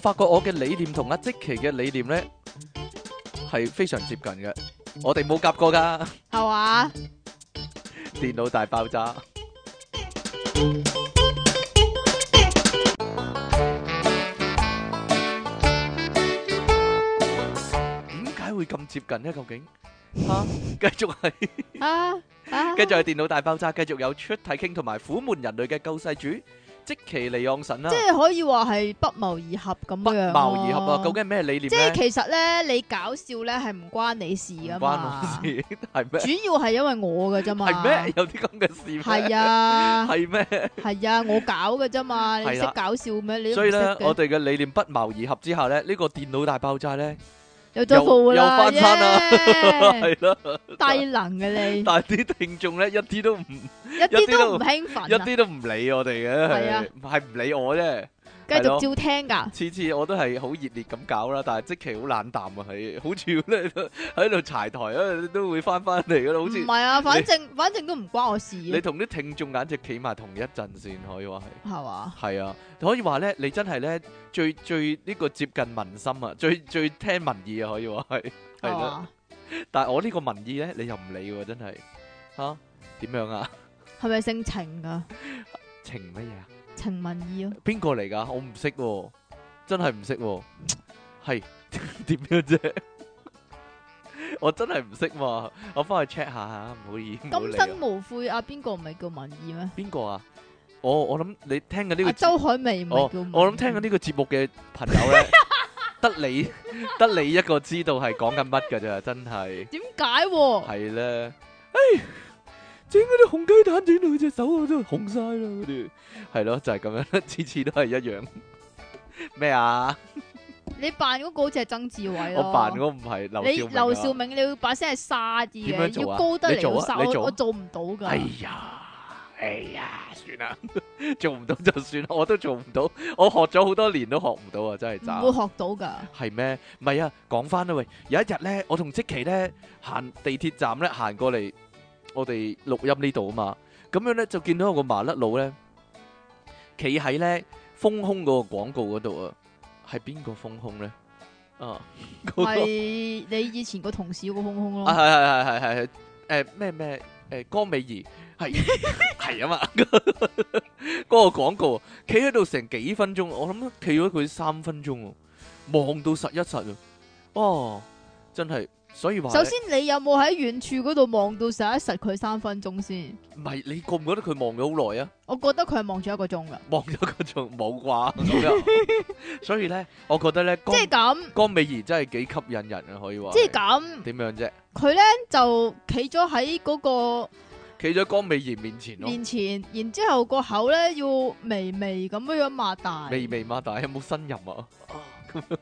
發覺我嘅理念同阿積奇嘅理念咧係非常接近嘅，我哋冇夾過噶。係嘛？ 電腦大爆炸。點解會咁接近呢？ 究竟吓，繼續係， 啊啊！繼續係電腦大爆炸，繼續有出體傾同埋苦悶人類嘅救世主，即其尼昂神啦即，係可以話係不謀而合咁樣不咯謀而合啊！究竟係咩理念即係呢？其實咧，你搞笑咧係唔關你事唔噶關嘛我，事，係咩？主要係因為我噶啫嘛。係咩？？有啲咁嘅事咩？係啊，係咩？係啊，我搞噶啫嘛，你係識啦搞笑咩？你都唔所以識咧，我嘅，哋嘅理念不謀而合之下咧，呢個電腦大爆炸 咧，有咗又步啦，翻山啦耶 係啦。低能嘅 你，但係啲聽眾咧，一啲都唔一啲啲都都唔興奮一啊，啲都唔理我哋係啊嘅，係唔理我啫。繼係咯續照聽噶。次次我都係好熱烈咁搞啦，但係即期好冷淡啊，係好似咧喺度柴台啊，都會翻翻嚟噶啦，好唔似係啊，反正反正都唔關我事你嘅，同啲聽眾簡直企埋同一陣線，可以話係。係嘛？係啊，可以話咧，你真係咧最最呢個接近民心啊，最最聽民意啊，可以話係係係啦。嘛？但係我呢個民意咧，你又唔理喎，真係吓點樣啊？係咪姓程噶？情乜嘢啊？程文義咯，邊個嚟㗎？我唔識喎，真係唔識喎。係 點樣啫？我真係唔識嘛，我翻去 check 下嚇，唔好意，唔好今理生啊。無悔啊！邊個唔係叫文義咩？邊個啊？我我諗你聽緊呢個阿節周海媚唔哦係叫文，我諗聽緊呢個節目嘅朋友咧，得你 得你一個知道係講緊乜㗎咋，真係點解喎？係咧。哦哎，整嗰啲紅雞蛋整到佢隻手啊都紅晒啦，嗰啲係咯，就係咁樣， 次次都係一樣。咩啊？你扮嗰個好似係曾志偉咯。我扮嗰個唔係你劉少劉兆明啊。明，你要把聲係沙啲點樣嘅，做啊要高得你嚟做好啊沙，你做啊我我做唔到噶哎。呀，哎呀，算啦， 做唔到就算啦，我都做唔到，我學咗好多年都學唔到啊，真係渣唔。會學到 噶，係咩？唔係啊，講翻啦喂，有一日咧，我同即奇咧行地鐵站咧行過嚟，我哋錄音呢度啊嘛，咁樣咧就見到有個麻甩佬咧，企喺咧豐胸嗰個廣告嗰度啊，係邊個豐胸咧？啊，嗰個係你以前個同事個空空啊咯，係係係係係誒咩咩誒江美儀係係 啊嘛，嗰個廣告企喺度成幾分鐘，我諗企咗佢三分鐘喎，望到實一實啊，哦，真係，所以話首咧先你有冇喺遠處嗰度望到實一實佢三分鐘先？唔係你覺唔覺得佢望咗好耐啊？ 我覺得佢係望咗一個鐘噶，望咗個仲冇啩咁 樣，所以咧，我覺得咧江即係咁，江美儀真係幾吸引人啊，可以話即係係咁，點樣啫？佢咧就企咗喺嗰個企咗江美儀面前咯，面前，然之後個口咧要微微咁樣樣擘大，微微擘大，有冇呻吟啊？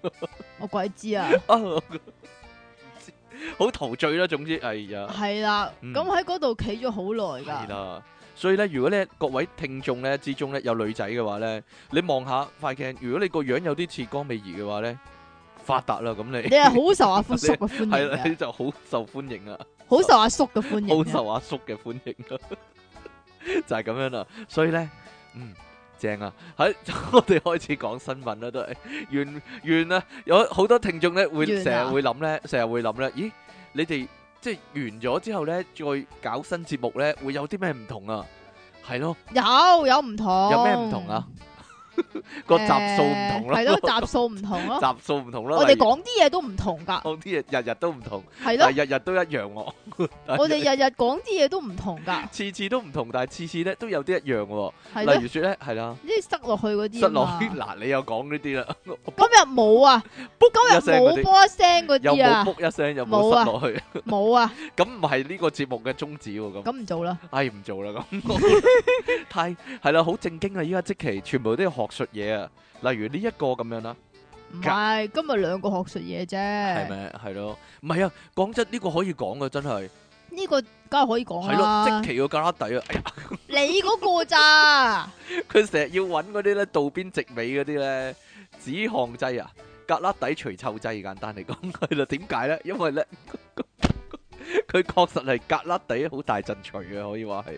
我鬼知啊！啊，我唔知 好陶醉啦，總之，哎呀，系啦， 嗯咁喺嗰度企咗好耐係噶，啦。所以咧，如果咧各位聽眾咧之中咧有女仔嘅話咧，你望下塊鏡，如果你個樣有啲似江美儀嘅話咧，發達啦，咁你你係好受阿叔嘅歡 迎係啊啦，你 嘅，就好受歡迎啊，好受阿叔嘅歡迎好嘅，受阿叔嘅歡迎啊， 就係咁樣啦。所以咧，嗯。正啊！喺 我哋開始講新聞啦，都係完完啦。有好多聽眾咧會完啊成日會諗咧，成日會諗咧，咦？你哋即係完咗之後咧，再搞新節目咧，會有啲咩唔同啊？係咯，有有唔同，有咩唔同啊？ 個集數唔同誒係咯，咯，集數唔同咯， 集數唔同咯。我哋例如講啲嘢都唔同噶，講啲嘢日日都唔同，係但咯，係日日都一樣喎，我哋日日講啲嘢都唔同噶，次次都唔同，但係次次咧都有啲一樣喎。係咯例，如說咧，係啦，呢啲塞落去嗰啲失啊落嘛，今嗱，你又講呢啲啦，日冇啊，卜今日一聲嗰冇啲。波聲嗰有啲冇啊，卜一聲，有冇冇塞啊落去？ 冇啊，咁唔係呢個節目嘅宗旨喎，咁咁唔做啦，唉唔做啦，咁 太係啦，好正經啊！依家即期全部都係學術嘢啊，例如呢一個咁樣啦，唔係今日兩個學術係嘢啫，咪？係咯，唔係啊，講真呢個可以講噶，真係呢個梗係可以講係啦咯，， 即期個架底啊！哎呀，你嗰個咋？佢成日要揾嗰啲咧道邊直尾嗰啲咧止汗劑啊，格拉底除臭劑，簡單嚟講係啦。點解咧？ 因為咧，佢確實係格拉底好大陣除啊嘅，可以話係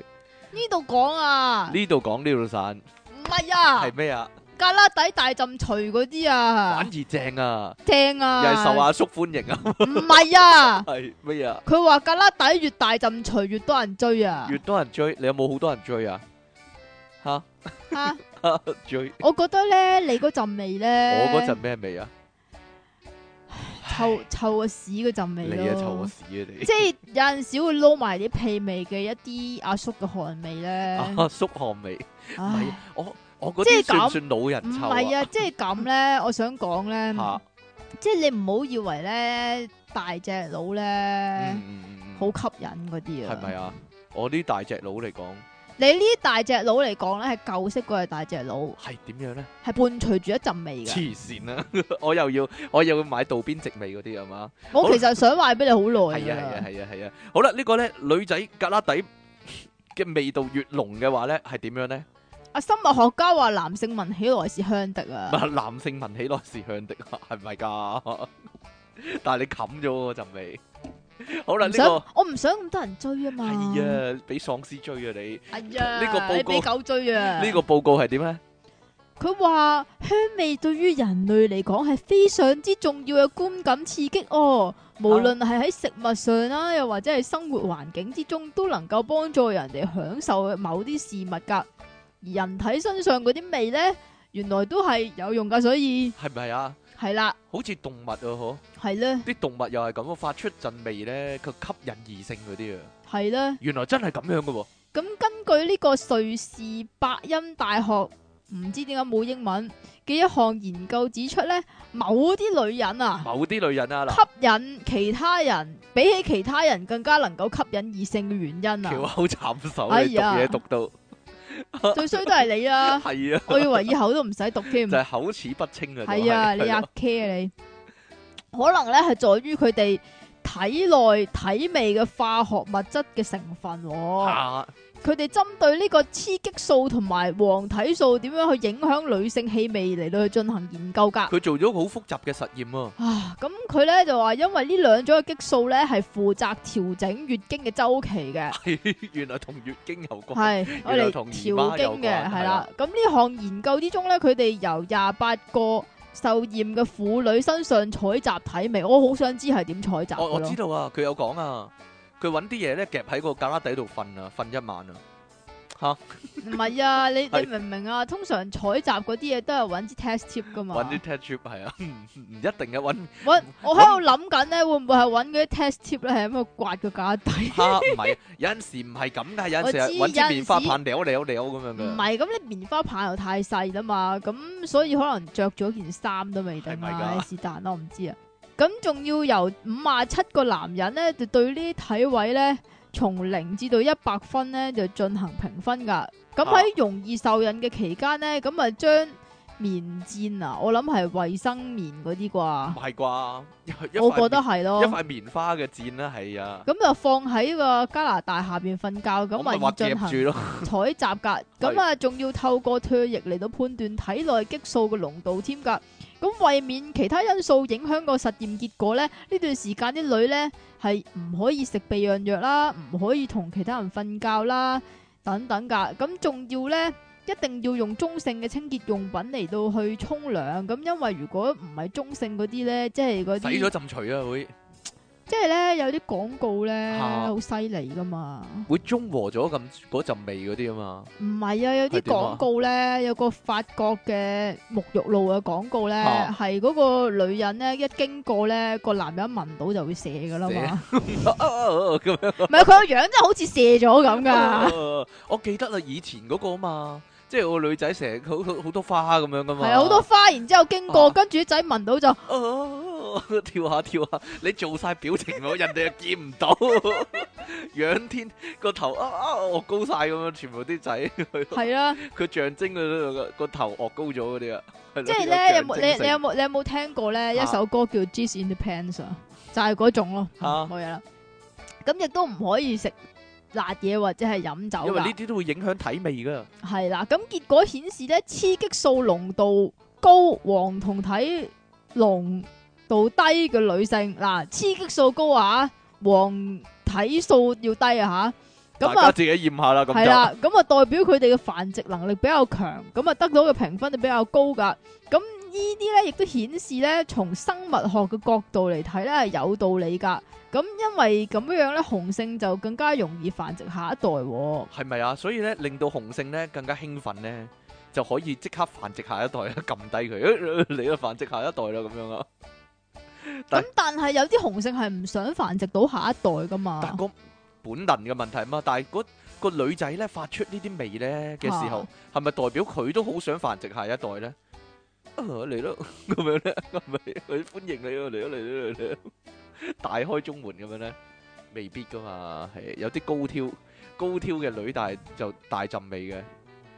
呢度講啊，呢度講呢度散唔係啊，係咩啊？格拉底大浸除嗰啲啊反，而正啊，正又係受啊，阿叔歡迎啊，唔係啊，係咩啊？佢話格拉底越大浸除越多人追啊越，多人追，你有冇好多人追啊？吓吓，追，我覺得咧你嗰陣味我咧，嗰陣咩味啊？臭臭個屎嗰陣味你啊臭我咯，屎啊你！即係有陣時會撈埋啲屁味嘅一啲阿叔嘅汗味咧，啊，叔汗味，唔係唉，我我嗰即啲係算唔咁算老唔人臭係啊？啊，即係 咁咧，我想講咧，吓，即係你唔好以為咧大隻佬咧嗯嗯嗯，好吸引嗰啲啊，係咪啊？我啲大隻佬嚟講你呢啲大隻佬嚟講咧，係舊式嗰隻大隻佬，係點樣咧？係伴隨住一陣味嘅。黐線啦！ 我又要我又要買渡邊直味嗰啲係嘛？我其實想話俾你好耐係啊係㗎啊啦，係啊係啊！好啦，呢個咧女仔格拉底嘅味道越濃嘅話咧，係點樣咧？啊阿生物學家話男性聞起來是香的 啊， 男性聞起來是香的， 係咪㗎？但係你冚咗嗰陣味。好啦，唔呢想個我唔想咁多人追啊嘛。係啊，俾喪屍追啊你！哎呀，呢個報告你俾狗追啊。呢個報告係點咧？佢話香味對於人類嚟講係非常之重要嘅觀感刺激哦，無論係喺食物上啦，又或者係生活環境之中，都能夠幫助人哋享受某啲事物噶。而人體身上嗰啲味呢，原來都係有用噶，所以係咪啊？係啦，好似動物啊，嗬，係啦，啲動物又係咁啊，發出陣味咧，佢吸引異性嗰啲啊，係啦。原來真係咁樣嘅喎，咁根據呢個瑞士伯恩大學唔知點解冇英文嘅一項研究指出呢，某啲女人啊。某啲女人啊，嗱，吸引其他人，比起其他人更加能夠吸引異性嘅原因條啊！好慘手，哎你讀嘢呀讀 到最衰都係你 啊！係啊，我以為以後都唔使讀添就。係口齒不清啊，就係啊，你係阿 K 啊你，可能咧係在於佢哋體內體味嘅化學物質嘅成分喎、啊佢哋針對呢個雌激素同埋黃體素點樣去影響女性氣味嚟到去進行研究㗎。佢做咗個好複雜嘅實驗啊，啊，咁佢咧就話，因為呢兩種嘅激素咧係負責調整月經嘅周期嘅。係 原來同月經有關，系 我原來哋同調姨媽有關經嘅係係啦啦。咁呢項研究之中咧，佢哋由廿八個受驗嘅婦女身上採集體味，我好想知係點採集我我嘅知咯。道啊，佢有講啊，佢揾啲嘢咧夾喺個旮旯底度瞓啊，瞓一晚啊，唔係啊，你係你明唔明啊？通常採集嗰啲嘢都係揾支 test tip 噶嘛。揾啲 test tube 係啊， 唔一定嘅 揾。揾我喺度諗緊咧，會唔會係揾嗰啲 test tip 咧，係咁去刮個架底？吓唔係，有陣時唔係咁噶，有陣時我係知揾支有陣棉花時棒撩撩撩咁樣唔噶，係，咁你棉花棒又太細啦嘛，咁所以可能着咗件衫都未係定咪啦㗎，是但啦，我唔知啊。咁仲要由五啊七個男人咧，就對呢啲體位咧，從零至到一百分咧，就進行評分噶。咁啊喺容易受孕嘅期間咧，咁啊將棉墊啊，我諗係衛生棉嗰唔啲啩，係啩？一我覺塊得係棉一咯。塊棉花嘅箭啦，係啊，咁就放喺個加拿大下邊瞓覺，咁咪啊話易進行夾。住咯，採集㗎，咁啊仲要透過唾液嚟到判斷體內激素嘅濃度添㗎。咁為免其他因素影響個實驗結果咧，呢段時間啲女咧係唔可以食避孕藥啦，唔可以同其他人瞓覺啦，等等㗎。咁仲要咧。一定要用中性嘅清潔用品嚟到去沖涼，咁因為如果唔係中性嗰啲咧，即係嗰洗啲咗，浸除啊，會即係咧有啲廣告咧嚇好犀利噶嘛。會中和咗咁嗰陣味嗰啲啊嘛，唔係啊，有係啲點啊廣告咧，有個法國嘅沐浴露嘅廣告咧啊，係嗰、個女人咧一經過咧，個男人聞到就會射噶啦嘛。咁樣唔係佢個樣真係好似射咗 咁噶，啊。我記得啦，以前嗰個啊嘛，即係個女仔成日好好好多花咁樣噶嘛，係啊好多花，然之後經啊過，跟住啲仔聞到就哦，跳下跳下，你做晒表情我，人哋又見唔到，仰天個頭啊啊，昂高晒咁樣，全部啲仔佢係 啦。佢象徵佢個個頭昂高咗嗰啲啊，係咯即係咧，有冇象徵性你你有冇你有冇聽過咧啊一首歌叫《Jizz in the Pants》啊？就係嗰種咯，啊冇嘢啦。咁亦都唔可以食辣嘢或者係飲酒因為㗎呢。啲都會影響體味噶，系啦，咁結果顯示咧，雌激素濃度高、黃酮體濃度低嘅女性，嗱，雌激素高啊，黃體素要低啊大咁啊家自己驗下啦，咁系就啦，咁啊代表佢哋嘅繁殖能力比較強，咁啊得到嘅評分就比較高噶。咁呢啲咧亦都顯示咧，從生物學嘅角度嚟睇咧係有道理噶。咁因為咁樣樣咧，雄性就更加容易繁殖下一代、喎。係咪啊？所以咧，令到雄性咧更加興奮咧，就可以即刻繁殖下一代啦， 撳低佢，你都繁殖下一代啦，咁樣啊。但咁但係有啲雄性係唔想繁殖到下一代噶嘛？但個本能嘅問題嘛，但係嗰個女仔咧發出呢啲味咧嘅時候啊，係咪代表佢都好想繁殖下一代咧？ 啊嚟咯， 咁樣咧，係咪佢歡迎你啊？嚟咯嚟咯 嚟咯，大開中門咁樣咧，未必噶嘛，係有啲高挑高挑嘅女，但係就大陣味嘅，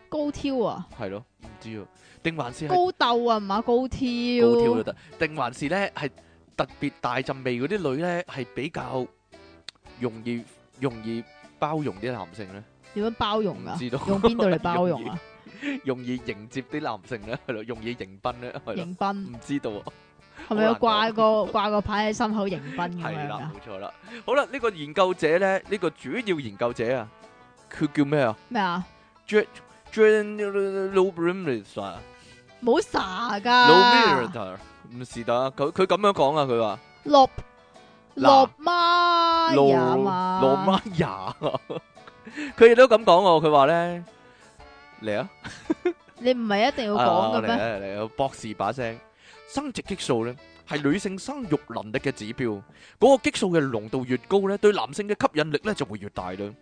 高挑啊，係咯，唔知啊，定還是係高斗啊，唔係高挑。高挑都得，定還是咧係特別大陣味嗰啲女咧係比較容易容易包容啲男性 咧？點樣包容唔啊？知道用邊度嚟包容 啊？容易迎接啲男性咧，係咯，容易迎賓咧，係咯，迎賓唔知道啊，係咪有好難掛講個掛個牌喺心口迎賓咁係樣啦啊，？冇錯啦。好啦，呢個研究者咧，呢個主要研究者啊，佢叫咩啊咩啊？ ？Jan Jan Lobrinus 啊冇傻噶， ，Lobrinus 唔是但，佢佢咁樣講啊，佢話落嗱落媽羅呀嘛，羅馬牙， 佢亦都咁講喎，佢話咧嚟啊！你唔係一定要 Ờ, 講嘅啊嚟咩？啊嚟啊！博士把聲，生殖激素咧係女性生育能力嘅指標，嗰、個激素嘅濃度越高咧，對男性嘅吸引力咧就會越大啦。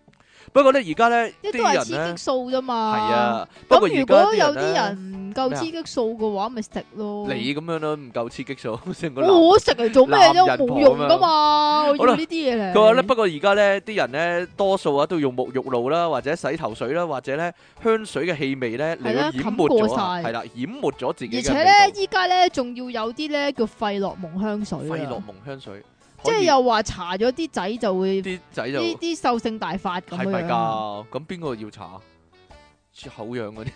不過咧，而家咧即係都啲係人雌咧激素啫嘛。係，啊，不過而咁家如果有啲啲人人唔夠咩啊雌激素嘅話，咪食咯。呢你啊咁樣咯，唔夠刺激素， 成個男我我食嚟做咩啫？男我人冇用噶嘛，我好啦要呢啲嘢嚟。佢話咧，不過而家咧啲人咧多數啊都用沐浴露啦，或者洗頭水啦，或者咧香水嘅氣味咧嚟係啦到淹冚沒過咗啊，晒係啦，淹沒咗自己而嘅且味咧，道。依家咧仲要有啲咧叫費洛蒙香水費洛啊，蒙香水，即可係以又話搽咗啲仔就會呢啲仔就。啲獸性大發咁係咪樣噶啊。？咁邊個要查？口樣嗰啲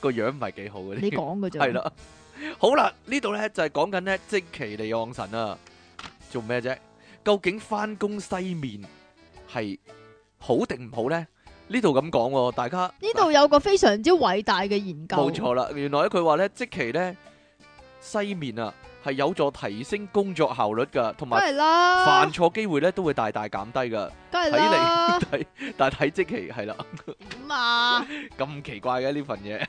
個樣唔係幾好嗰你啲，講嘅啫。係啦。好啦，呢度咧就係講緊咧即其利昂神啊，做咩啫？究竟翻工西面係好定唔好咧？呢度咁講喎，大家呢度有個非常之偉大嘅研究，冇錯啦。原來咧佢話咧即其咧西面啊係有助提升工作效率噶，同梗埋係啊啦，犯錯機會咧都會大大減低噶。梗係睇嚟啦，睇但係睇即其係啦。點啊？咁奇怪嘅呢份嘢，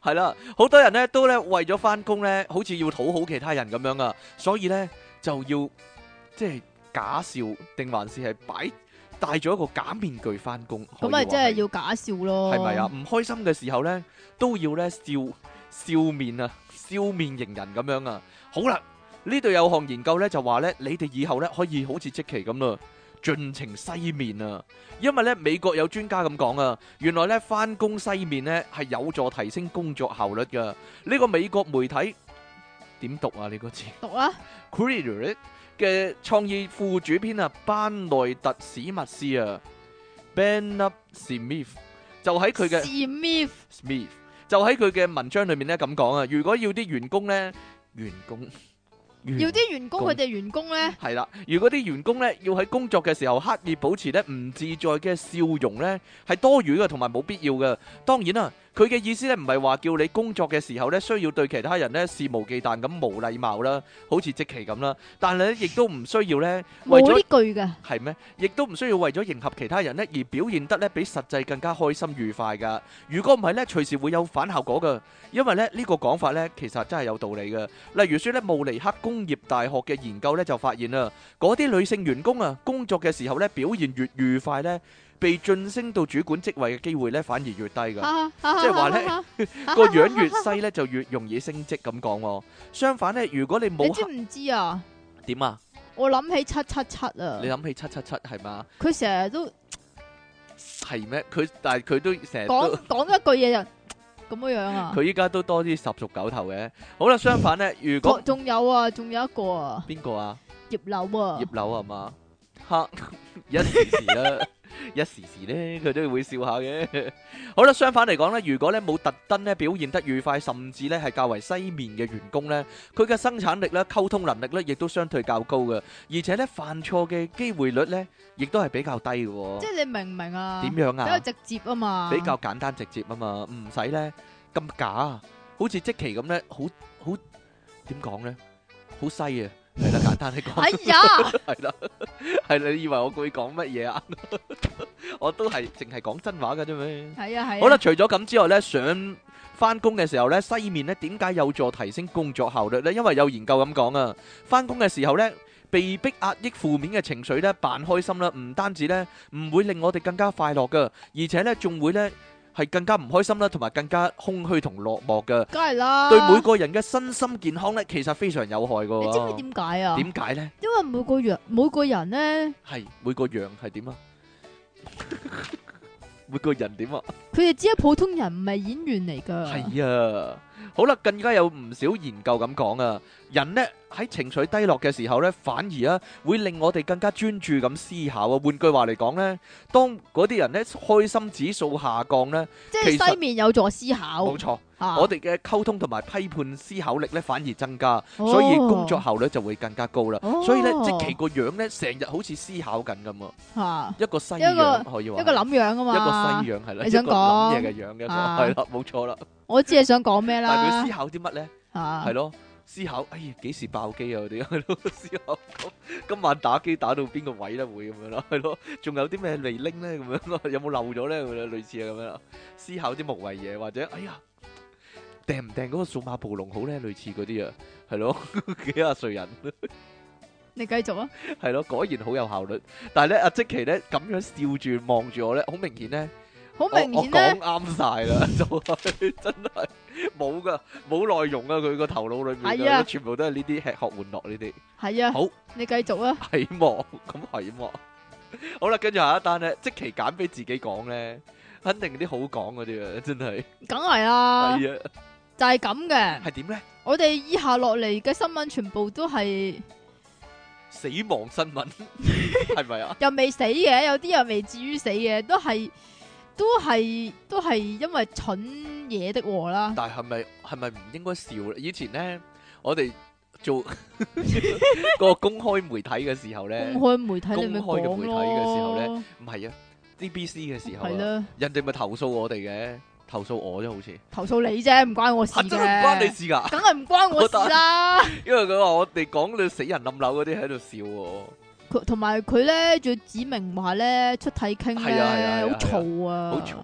係啦，好多人咧都咧為咗翻工咧，好似要討好其他人咁樣啊，所以咧就要即係假笑，定還是係擺戴咗一個假面具翻工？咁可咪以話即係要假笑咯，係咪啊？？唔開心嘅時候咧，都要咧笑笑面啊，笑面迎人咁樣啊。好啦，呢度有項研究咧就話咧，你哋以後咧可以好似即期咁啦，盡情西面啊。因為咧美國有專家咁講啊，原來咧翻工西面咧係有助提升工作效率噶。呢個美國媒體點讀啊？呢個 字？讀啦， Creator 嘅創意副主編啊，班內特史密斯啊，Ben Up Smith 就喺佢嘅 Smith Smith 就喺佢嘅文章裏面咧咁講啊，如果要啲員工咧，員工員要啲員工工佢哋員工咧，係啦，如果啲員工咧要喺工作嘅時候刻意保持咧唔自在嘅笑容咧，係多餘嘅同埋冇必要嘅。當然啦，佢嘅意思咧唔係話叫你工作嘅時候咧需要對其他人咧肆無忌憚咁無禮貌啦，好似即期咁啦。但係咧亦都唔需要咧為冇咗呢句嘅，係咩？亦都唔需要為咗迎合其他人咧而表現得咧比實際更加開心愉快噶。如果唔係咧，隨時會有反效果噶。因為咧呢個講法咧其實真係有道理嘅。例如說咧，慕尼克工業大學嘅研究咧就發現啦，嗰啲女性員工啊，工作嘅時候咧表現越愉快咧，被晉升到主管職位嘅機會咧反而越低 噶。哈即係話呢，哈哈哈哈個樣越西咧就越容易升職咁講喎。相反咧，如果你冇你知唔知啊？點 啊？我諗起七七七啊你，諗起七七七係嘛？佢成日都係咩？佢但係佢都成日都講。講一句嘢就咁樣樣啊。佢依家都多啲十足九頭嘅。好啦，相反 咧，如仲果仲有啊，仲有一個啊，邊個啊？葉柳啊 葉，柳係嘛？黑一時時啦， 一時時咧，佢都會笑下嘅。 好啦，相反嚟講咧，如果咧冇特登咧表現得愉快，甚至咧係較為西面嘅員工咧，佢嘅生產力咧、溝通能力咧，亦都相對較高嘅，而且咧犯錯嘅機會率咧，亦都係比較低嘅喎。即係你明唔明啊？點樣啊比？較直接啊嘛，比較簡單直接啊嘛，唔使咧咁假，啊好似即期咁咧，好好點講咧，好西啊，係啦，簡單啲講哎。 呀，系啦，系你以為我會講乜嘢啊？ 我都係淨係講真話嘅啫咩？係啊係。好啦，，除咗咁之外呢，上翻工嘅時候呢，西面呢點解有助提升工作效率呢？因為有研究咁講啊，翻工嘅時候呢，被逼壓抑負面嘅情緒呢，扮開心啦，唔單止呢唔會令我哋更加快樂噶，而且呢仲會呢係更加唔開心啦，同埋更加空虛同落寞噶，梗係啦。對每個人嘅身心健康呢，其實非常有害噶。你知唔知點解啊？點解呢？因為每個人每個人咧，系每個樣係點啊？ 每個人點啊？佢哋只係普通人，唔係演員嚟㗎。係啊，好啦，更加有唔少研究咁講啊，人呢喺情緒低落嘅時候呢，反而啊會令我哋更加專注咁思考啊。換句話嚟講呢，當嗰啲人呢開心指數下降呢，即其係實西面有助思考。冇錯，啊我哋嘅溝通同埋批判思考力呢反而增加，所以工作效率就會更加高啦。哦所以呢，即其個樣呢，成日好似思考緊咁啊，吓一個西一個樣可以話一個諗樣啊嘛。一個西樣係啦，你一想個諗嘢講嘅樣嘅，啊係啦，冇錯啦。我知你想講咩但係佢啦思。考啲乜咧？吓係咯，思考，哎呀，幾時爆機啊？嗰 啲係咯，思考今晚打機打到邊個位咧會咁樣啦，係咯， 仲有啲咩未拎咧咁樣， 有冇漏咗咧咁樣，類似係啊咁樣啦。思考啲無謂嘢，或者哎呀，掟唔掟嗰個數碼暴龍好咧？類似嗰啲啊，係咯， 幾廿歲人。你繼續啊。係咯，果然好有效率。但係咧，阿即奇咧咁樣笑住望住我咧，好明顯咧，好我明我顯咧講，啱晒啦， 就係真係冇噶，冇內容啊！佢個頭腦裏面係啊嘅全部都係呢啲吃喝玩樂呢啲係啊。好，你繼續啊。係幕，咁係幕。好啦，跟住下一單咧，即期揀俾自己講咧，肯定啲好講嗰啲啊，真係梗係啦，係啊，就係咁嘅。係點咧？我哋以下落嚟嘅新聞全部都係死亡新聞係咪啊？又未死嘅，有啲又未至於死嘅，都係都係都係因為蠢嘢的禍啦。但 係咪係咪唔應該笑咧？以前咧，我哋做 個公開媒體嘅時候咧公，開媒體你咪公開嘅媒講體嘅時候咯呢，唔係啊，DBC 嘅時候啊係。啦，人哋咪投訴我哋嘅，投訴我啫，好 似投訴你啫，唔關我事嚇嘅，啊真係唔關你，事㗎，梗係唔關我事啦。因為佢話我哋講到死人冧樓嗰啲喺度笑我，佢同埋佢咧，仲要指明話咧出體傾係啊係啊係啊咧，好嘈啊，好嘈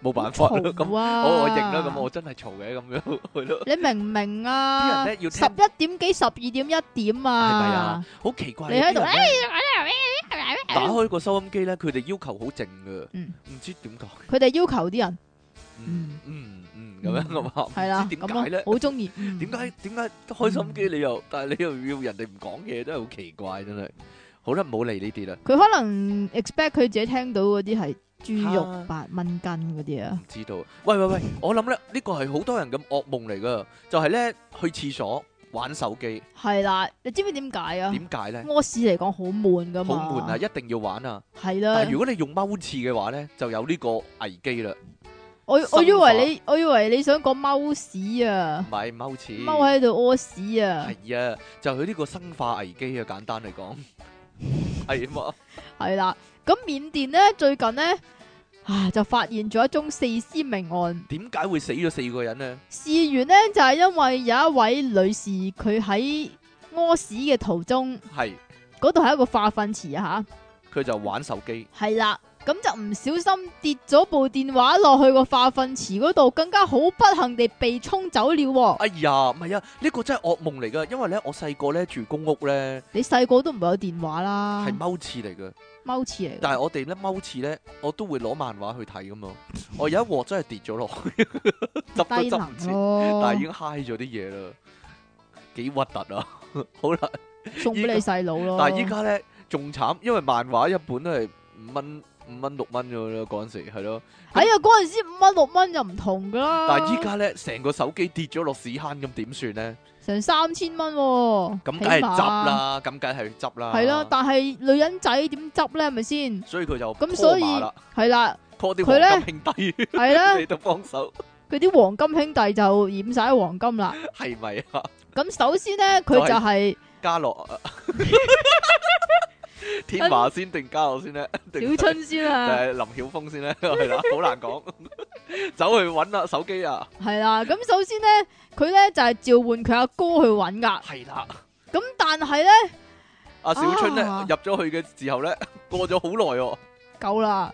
冇辦法咯，咁嘈啊，我我認啦，咁我真係嘈嘅咁樣， 係咯，你明唔明啲啊？人呢要十聽一點幾、十二點、一點係咪啊啊？？好奇怪，你喺度有啲人呢打開個收音機咧，佢哋要求好靜㗎，嗯唔知點解， 佢哋要求啲人嗯嗯嗯咁樣嗯咁啊，係啦，唔知點咁解啊咧，？好 中意。嗯點解點解開心機你又，但係你又要人哋唔講嘢，真係好奇怪，真係。好啦，唔好理呢啲啦，佢可能 expect 佢自己聽到嗰啲係豬肉嚇八蚊斤嗰啲啊唔？知道。喂喂喂，我諗咧呢個係好多人嘅噩夢嚟㗎，就係咧去廁所玩手機，係啦，你知唔知點解啊？點解咧？屙屎嚟講好悶噶好嘛，悶啊，，一定要玩啊！但係啦係。如果你用踎廁嘅話咧，就有呢個危機啦。我生化我以為你，我以為你想講踎屎啊唔，係踎廁，踎喺度屙屎啊，係啊，就係呢個生化危機啊！簡單 嚟講，係嘛？係啦。咁緬甸呢，最近呢，啊就發現咗一宗四屍命案，點解會死咗四個人咧？事源呢，就係因為有一位女士佢喺屙屎嘅途中，係嗰度係一個化糞池啊佢就玩手機，吓，係啦。咁就唔小心跌咗部電話落去個化糞池嗰度，更加好不幸地被沖走了喎。哎呀，唔係啊，呢個真係噩夢嚟㗎，因為咧我細個咧住公屋咧你細個都唔會有電話啦係，踎廁嚟㗎。踎池嚟㗎。但係我哋咧踎廁咧，我都會攞漫畫去睇噶 嘛。我有一鑊真係跌咗落去， 執低都執唔能切，咯，但係已經嗨咗啲嘢啦，幾核突啊！ 好啦，送俾你細佬咯。但係依家咧仲慘，因為漫畫一本都係五蚊五蚊六蚊咗啦，嗰陣時係咯。哎呀，嗰陣時五蚊六蚊就唔同噶啦。但係依家咧，成個手機跌咗落屎坑咁點算咧？成三千蚊喎，咁梗起係碼執。啦，咁梗係執啦。係啦，但係女人仔點執咧？係咪先？所以佢就咁咁所所以以啦，係啦，拖啲佢呢黃金兄 弟係 啦，嚟到幫手，佢啲黃金兄弟就染晒黃金啦。係咪啊？咁首先咧，佢就就係加落 嗯天華先定加落先 咧？定小春 先啦，誒林曉峰先咧？係啦，好難講。 走去揾啦，手機啊，係啦。咁首先咧，佢咧就係召喚佢阿哥去揾噶。係啦。咁但係咧，阿小春咧啊入咗去嘅時候咧，過咗好耐喎。夠啦。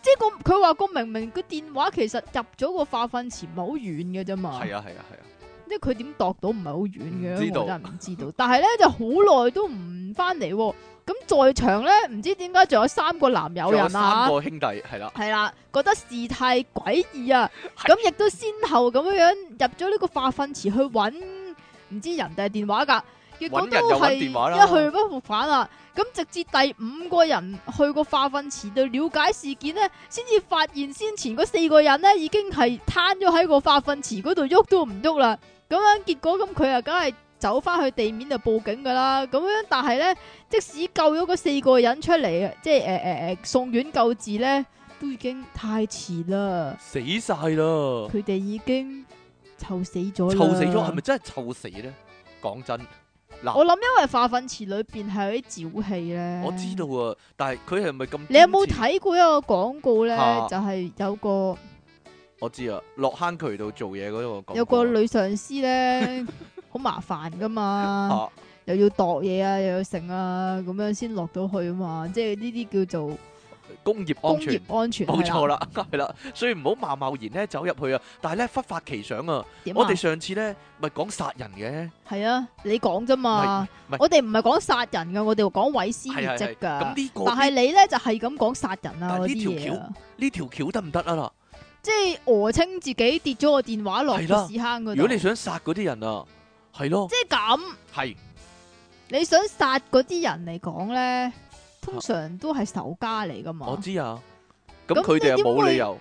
即係個佢話個明明個電話其實入咗個化糞池唔係好遠嘅啫嘛，係啊係啊係啊，即係佢點度到唔係好遠嘅，唔知道我真係唔知道。但係咧就好耐都唔翻嚟喎。咁在場咧，唔知點解仲有三個男友仲有人啊三，個兄弟係啦，係啦，覺得事態詭異啊，咁亦都先後咁樣樣入咗呢個化糞池去揾唔知人定係電話㗎，結果揾人都又揾係電話啦一去不復返啊！咁直至第五個人去個化糞池度了解事件呢，先至發現先前嗰四個人呢已經係攤咗喺個化糞池嗰度喐都唔喐啦。咁樣結果咁佢啊，梗係走翻去地面就報警㗎啦。咁樣但係呢，即使救咗嗰四個人出嚟，即係誒誒誒送院救治呢，都已經太遲啦。死晒啦，佢哋已經臭死咗啦，臭死咗，係咪？真係臭死咧？講真，我諗因為化糞池裏邊係有啲沼氣咧。我知。道啊，但係佢係咪咁？你有冇？睇過一個廣告咧？嚇啊就係有個我知啊，落坑渠度做嘢嗰個啊有個女上司 咧，好麻煩噶嘛，啊，又要度嘢啊，又要剩啊，咁樣先落到去啊嘛。即係呢啲叫做工業工安業全。安全。啊冇錯啦。啦， 係啦，所以唔好貿貿然咧走入去啊！但係咧忽發奇想啊！點啊我哋上次咧咪講殺人嘅，係啊，你講啫嘛。唔係唔係我哋唔係講殺人噶，我哋講毀屍係滅係係跡噶咁。呢個啊但係你咧就係咁講殺人啊但嗰係呢啲嘢啊。呢條橋得唔得啊？啦，即係訛稱自己跌咗個電話落係個啦屎坑嗰度。如果你想殺嗰啲人啊，係咯即，係咁，係你想殺嗰啲人嚟講咧，通常都係仇家嚟噶我嘛。知啊。咁咁佢哋又你點冇會理由，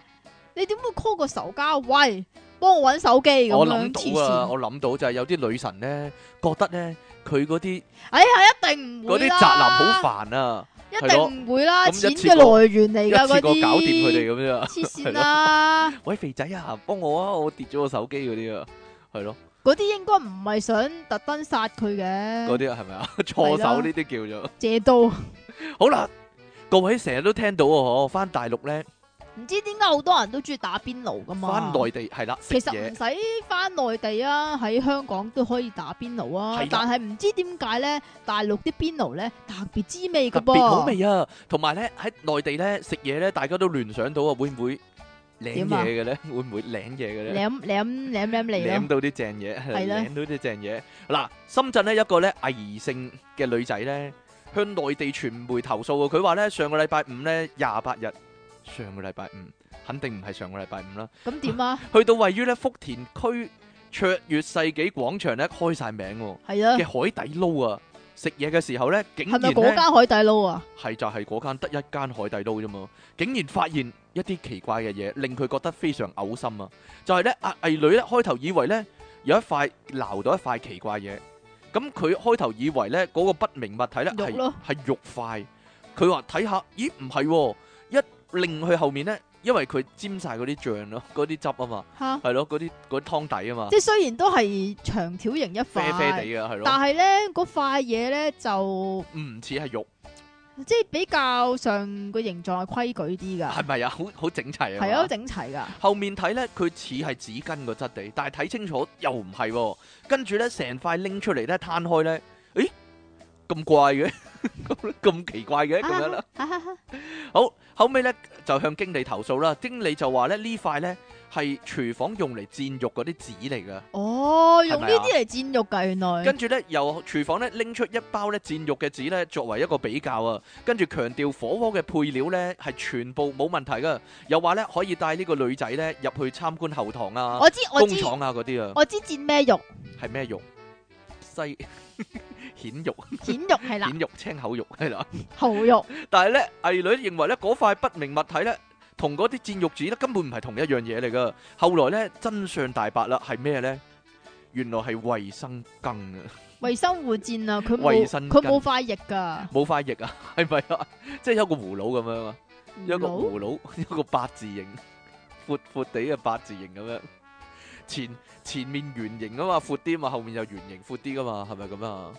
你點會 call 個仇家？喂，幫我搵手機咁我樣諗黐到啊，線？我諗到就係有啲女神咧，覺得咧佢嗰啲哎呀，一定唔嗰會啲啦宅男好煩啊，一定唔會啦，係咯咁錢一次嘅過來源嚟一㗎嗰次啲。過搞掂佢哋咁 樣啊。黐線啦！喂，肥仔啊，幫我啊，我跌咗個手機嗰啲啊，係咯，嗰啲應該唔係想特登殺佢嗰嘅，啲係咪啊？錯係啦手呢啲叫做。借刀。唔好啦，各位成日都聽到哦，翻大陸咧，知點解好多人都中意打邊爐㗎嘛？翻內地係啦，食其實唔嘢使翻內地啊，喺香港都可以打邊爐啊係。啦但係唔知點解咧，大陸啲邊爐咧特別滋味特噶別好噃。味啊！同埋咧喺內地咧食嘢咧，大家都聯想到啊，會唔會領點啊嘢嘅咧？ 會唔會領嘢嘅咧？舐舐舐舐嚟領咯，到啲正嘢，係係啦領到啲正嘢。嗱，深圳咧一個咧偽性嘅女仔咧，向內地傳媒投訴啊，佢話咧上個禮拜五咧廿八日，上個禮拜五肯定唔係上個禮拜五啦。咁 點啊？去到位於咧福田區卓越世紀廣場咧開晒名喎係啊嘅，海底撈啊！食嘢嘅時候咧，竟係然咪咧嗰間海底撈啊？係就係嗰間得一間海底撈啫嘛，竟然發現一啲奇怪嘅嘢，令佢覺得非常嘔心啊！就係咧，阿藝女咧開頭以為咧有一塊撈到一塊奇怪嘢，咁佢開頭以為咧嗰個不明物體咧肉係咯係肉塊，佢話睇下，咦唔係喎，一擰去後面咧，因為佢沾晒嗰啲醬咯， 嗰啲汁啊嘛。吓，係咯，嗰啲嗰啲湯底啊嘛即，係雖然都係長條形一啡啡塊，地嘅係但咯，係咧嗰塊嘢咧就唔似係肉， 即係比較上個形狀係規矩啲係㗎，咪啊？好好整齊啊！係啊，好。整齊㗎。後面睇咧，佢似係紙巾個質地，但係睇清楚又唔係喎。跟住咧，成塊拎出嚟咧，攤開咧，咦，咁怪嘅， 咁咁奇怪嘅哎啊咁樣啦。啊好，後尾咧就向經理投訴啦。經理就話咧呢塊咧係廚房用嚟煎肉嗰啲紙嚟㗎。哦，用係呢咪啊啲嚟煎肉㗎，原來跟。住咧，由廚房咧拎出一包咧煎肉嘅紙咧，作為一個比較啊。跟住強調火鍋嘅配料咧係全部冇問題噶，又話咧可以帶呢個女仔咧入去參觀後堂啊、我知我工知。廠啊嗰啲啊，我知煎咩肉，係咩肉？西 蚬肉，蚬肉係啦，蚬肉青口肉係啦。喉肉但係咧，偽女認為咧嗰塊不明物體咧，同嗰啲戰肉紙咧根本唔係同一樣嘢嚟噶。後來咧真相大白啦，係咩咧？原來係衛生巾啊，為生活戰啊，佢衛冇生佢巾冇塊翼㗎，冇塊翼啊， 係咪啊？即係有個葫蘆咁樣啊，有個佬葫蘆， 一個八字形，闊闊地嘅八字形咁樣。前前面圓形啊嘛，闊啲嘛，後面又圓形闊啲噶嘛，係咪咁啊？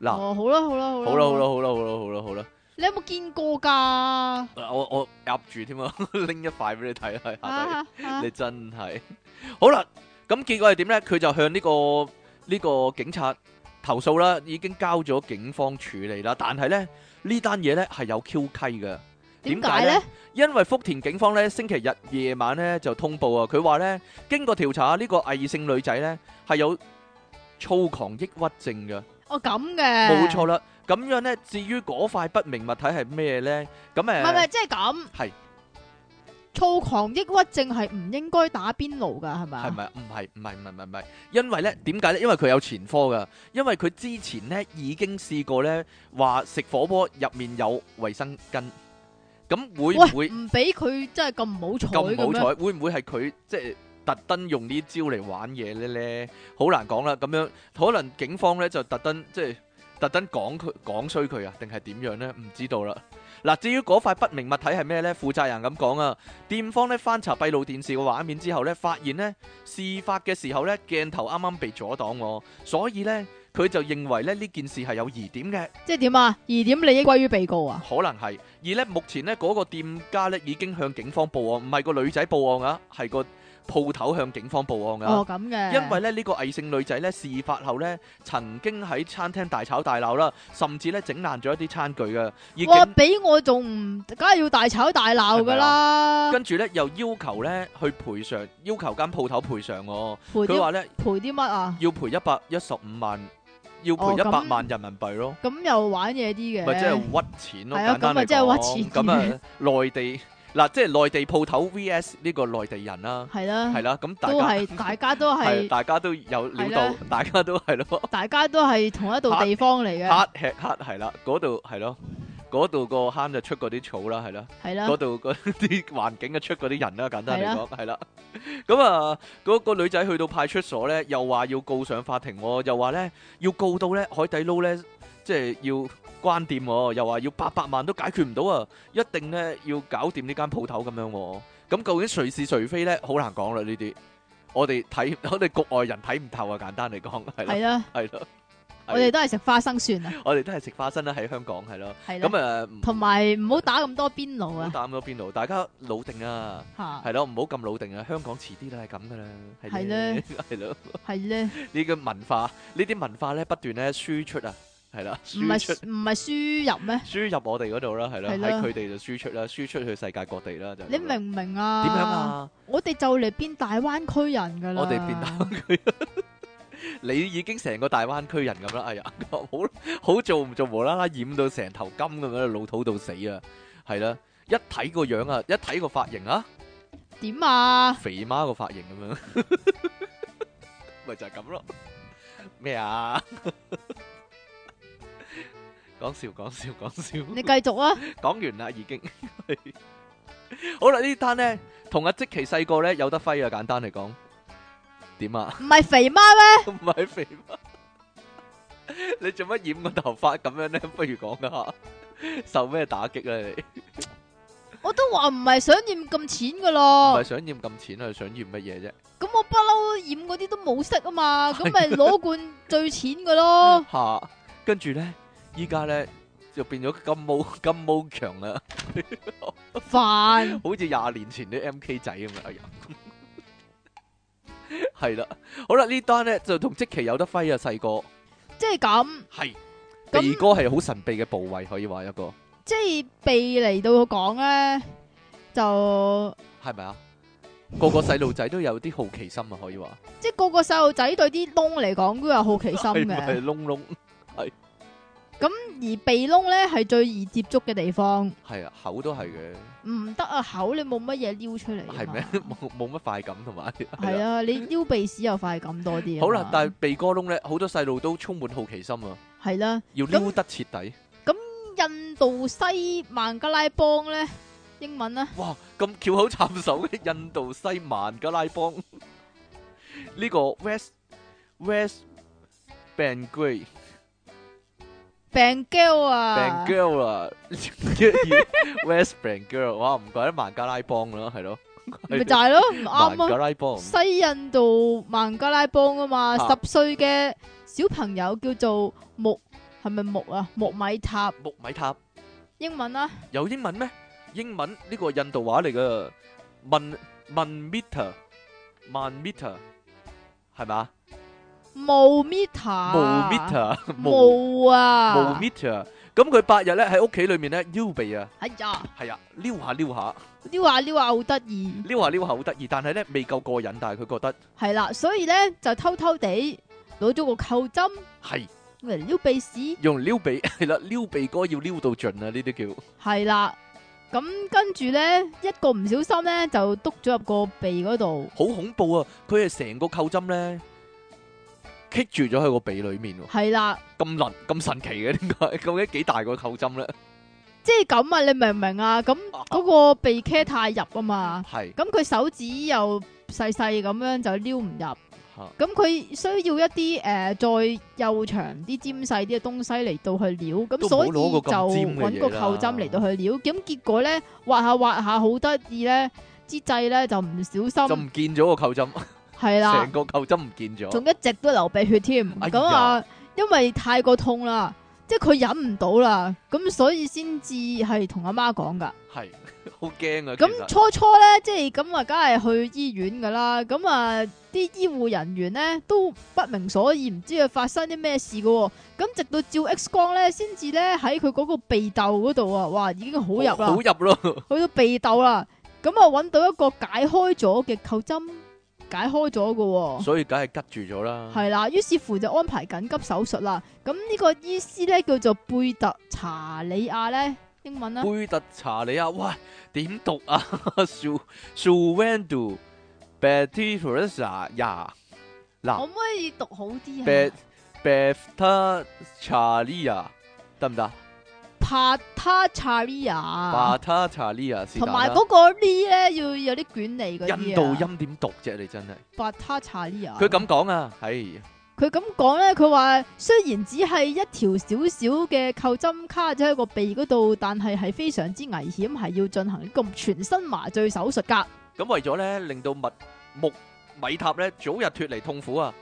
嗱，哦，好啦好啦好啦好啦好啦，好啦好啦好啦好啦。你有冇見過㗎？我我壓住添啊， 拎一塊俾你睇啊，下底啊啊你真係好啦。咁結果係點呢？佢就向呢、個呢、個警察投訴啦，已經交咗警方處理啦。但係呢，呢單嘢呢係有 Q 溪嘅，點點解解咧呢？因為福田警方呢星期日夜晚呢就通報啊，佢話呢，經過調查，呢、個偽性女仔呢係有躁狂抑鬱症嘅。哦咁嘅，冇錯啦。咁樣呢，至於嗰塊不明物體係咩呢？咁呃誒。唔係唔係，即係咁。係躁狂抑鬱症係唔應該打邊爐㗎，係咪係啊？咪？唔係唔係唔係唔係唔係，因為咧點解咧？因為佢有前科噶，因為佢之前咧已經試過咧話食火鍋入面有衛生巾，咁會唔喂，會唔俾佢真係咁唔好彩咁唔好嘅咩？彩？會唔會係佢即係特登用呢招嚟玩嘢咧咧？好難講啦，咁樣可能警方咧就特登即係特登講佢講衰佢啊，定係點樣咧？唔知道啦。嗱，至於嗰塊不明物體係咩呢？負責人咁講啊，店方咧翻查閉路電視嘅畫面之後呢，發現呢事發嘅時候呢，鏡頭啱啱被阻擋喎，所以呢，佢就認為咧呢件事係有疑點嘅，即係點啊？疑點利益歸於被告啊？可能係。而呢，目前呢嗰、個店家呢已經向警方報案，唔係個女仔報案啊，係個鋪頭向警方報案噶。哦咁嘅，啊因為咧呢個偽性女仔咧事發後咧曾經喺餐廳大吵大鬧啦，甚至咧整爛咗一啲餐具嘅，而哇警俾我仲唔，梗係要大吵大鬧㗎啦，啊跟住咧又要求咧去賠償，要求間鋪頭賠償我。佢賠啲話咧賠啲乜啊？要賠一百一十五萬，要哦賠一百咁萬人民幣咯，咁又玩嘢啲嘅，咪即係屈錢咯。係啊簡單咁咪嚟即係講屈錢咁啊，內地嗱即係內地鋪頭 VS 呢個內地人啦，係啦，係啦，咁大嗯都家 係大家都係係大家都有料係到啦，大家都係咯。大家都係同一度地方嚟嘅，黑吃黑係啦，嗰度係咯，嗰度個坑就出嗰啲草啦，係啦，係啦嗰，度 嗰啲環境就出嗰啲人啦，簡單嚟係啦講係 啦。咁啊，嗰個女仔去到派出所咧，又話要告上法庭喎，又話咧要告到咧海底撈咧，即係要關店喎，又話要八百萬都解決唔到啊，一定咧要搞掂呢間鋪頭咁樣喎。咁究竟誰是誰非咧，好難講啦呢啲。我哋睇，我哋局外人睇唔透啊，簡單嚟講係啦係，啦，係咯。係我哋都係食花生算啦，我哋都係食花生啦，喺香港係咯。係啦咁，啊誒，唔同埋唔好打咁多邊爐好啊，擔咗邊度，大家老定啊，吓係咯，唔好咁老定啊。香港遲啲都係咁噶啦，係咧， 係咯。係咧，呢個文化，呢啲文化咧不斷咧輸出啊，係啦，唔輸出係唔係輸入咩？輸入我哋嗰度啦，係啦，係啦喺佢哋就輸出啦，輸出去世界各地啦，就係你咁明啦唔明啊？點樣？啊？我哋就嚟變大灣區人噶啦，我哋變大灣區，你已經成個大灣區人咁啦。哎呀， 好好做唔做無啦啦染到成頭金咁樣，老土到死啊！係啦，一睇個樣啊，一睇個髮型啊，點啊？肥媽個髮型咁樣，咪就係咁咯。咩啊？講笑講笑講笑。你繼續啊，講完啦，已經。好啦，呢單呢，同阿即奇細個呢有得揮啊！簡單嚟講，點啊？ 唔係肥媽咩？唔係肥媽，你做乜染個頭髮咁樣咧？不如講下受咩打擊咧？你我都話唔係想染咁淺噶唔係咯，想染咁淺啊？想染乜嘢啫？咁我不嬲染嗰啲都冇色 啊嘛，咁咪攞罐最淺噶咯，吓，跟住咧，依家咧就變咗金毛 金毛強啦，煩。好似廿年前啲 M K 仔咁 樣。哎呀，係啦，好啦，呢單咧就同即期有得揮啊！細個即係咁，係咁鼻哥係好神秘嘅部位，可以話一個即係鼻嚟到講咧，就係咪啊？個個細路仔都有啲好奇心啊，可以話。即係個個細路仔對啲窿嚟講都有好奇心哎係咪嘅。窿窿？而鼻窿咧係最易接觸嘅地方，係啊，口都係嘅，唔得啊口你冇乜嘢撩出嚟，啊係 咩？？冇冇乜快感同埋係啊，你撩鼻屎又快感多啲啊嘛。好啦，但係鼻哥窿咧，好多細路都充滿好奇心啊，係啦，要撩得徹底。印度西孟加拉邦咧，英文咧哇，咁巧口插手嘅印度西孟加拉邦 呢個 West West Bengal Bengal 啊 Bengal 啊 ，West Bengal，哇，唔怪得孟加拉邦啦，係咯， 咪就係咯，唔孟啱加啊！拉邦西印度孟加拉邦啊嘛，啊十歲嘅小朋友叫做木，係咪木啊？木米塔木米塔。英文啦，有英文咩？英文呢個印度話嚟噶，問問 meter，萬 meter 係嘛？毛無 meter， meter，無毛無啊， meter。咁佢八日咧喺屋企裏面咧撩鼻 啊，哎呀，係啊，撩下撩下，撩下撩下好得意。撩下撩下好得意，但係咧未夠過癮，但係佢覺得系啦，所以咧就偷偷地攞咗個扣針係嚟撩鼻屎，用撩鼻係啦，撩鼻哥要撩到盡啊，呢啲叫係啦。咁跟住咧，一個唔小心咧就篤咗入個鼻嗰度，好恐怖啊！佢係成個扣針咧棘住咗喺個鼻裏面喎，係啦，咁能咁神奇嘅點解？ 究竟幾大個扣針咧？即係咁啊！你明唔明啊？咁嗰個鼻茄太入啊嘛，係。咁佢手指又細細咁樣就撩唔入，咁嚇佢需要一啲诶、呃再幼長啲、尖細啲嘅東西嚟到去撩，都咁唔所好以就攞個咁尖嘅嘢啦揾個扣針嚟到去撩，咁結果咧挖下挖下好得意咧，之際咧就唔小就心唔見咗個扣針，係啦成，個扣針唔見咗仲。一直都流鼻血添，哎呀咁啊，因為太過痛啦，即係佢忍唔到啦，咁所以先至係同阿媽講噶。係好驚啊！咁其實初初咧，即係咁啊，梗係去醫院噶啦。咁啊，啲醫護人員咧都不明所以，唔知佢發生啲咩事噶、喎。咁直到照 X 光咧，先至咧喺佢嗰個鼻竇嗰度啊，哇，已經好入好啦，入咯，去到鼻竇啦。咁啊，揾到一個解開咗嘅扣針，解開咗噶、喎。所以梗係吉住咗啦。係啦，於是乎就安排緊急手術啦。咁呢個醫師咧叫做貝特查里亞咧，英文啦，貝特查理啊，喂，點讀啊 à. ？Su Suwendu Betitrasa 呀，可嗱唔可以讀好啲啊？ ，Bet Beta Chalia 得唔得 Patacharia， ？Beta Chalia 是但同埋啦嗰個 Li 咧要有啲捲嚟嗰印度啲啊。音點讀啫？你真係 Patacharia，佢咁講啊，係佢咁講咧，佢話雖然只係一條小小嘅扣針卡咗喺個鼻嗰度，但係係非常之危險，係要進行呢個全身麻醉手術㗎。咁為咗咧令到木木米塔咧早日脱離痛苦啊，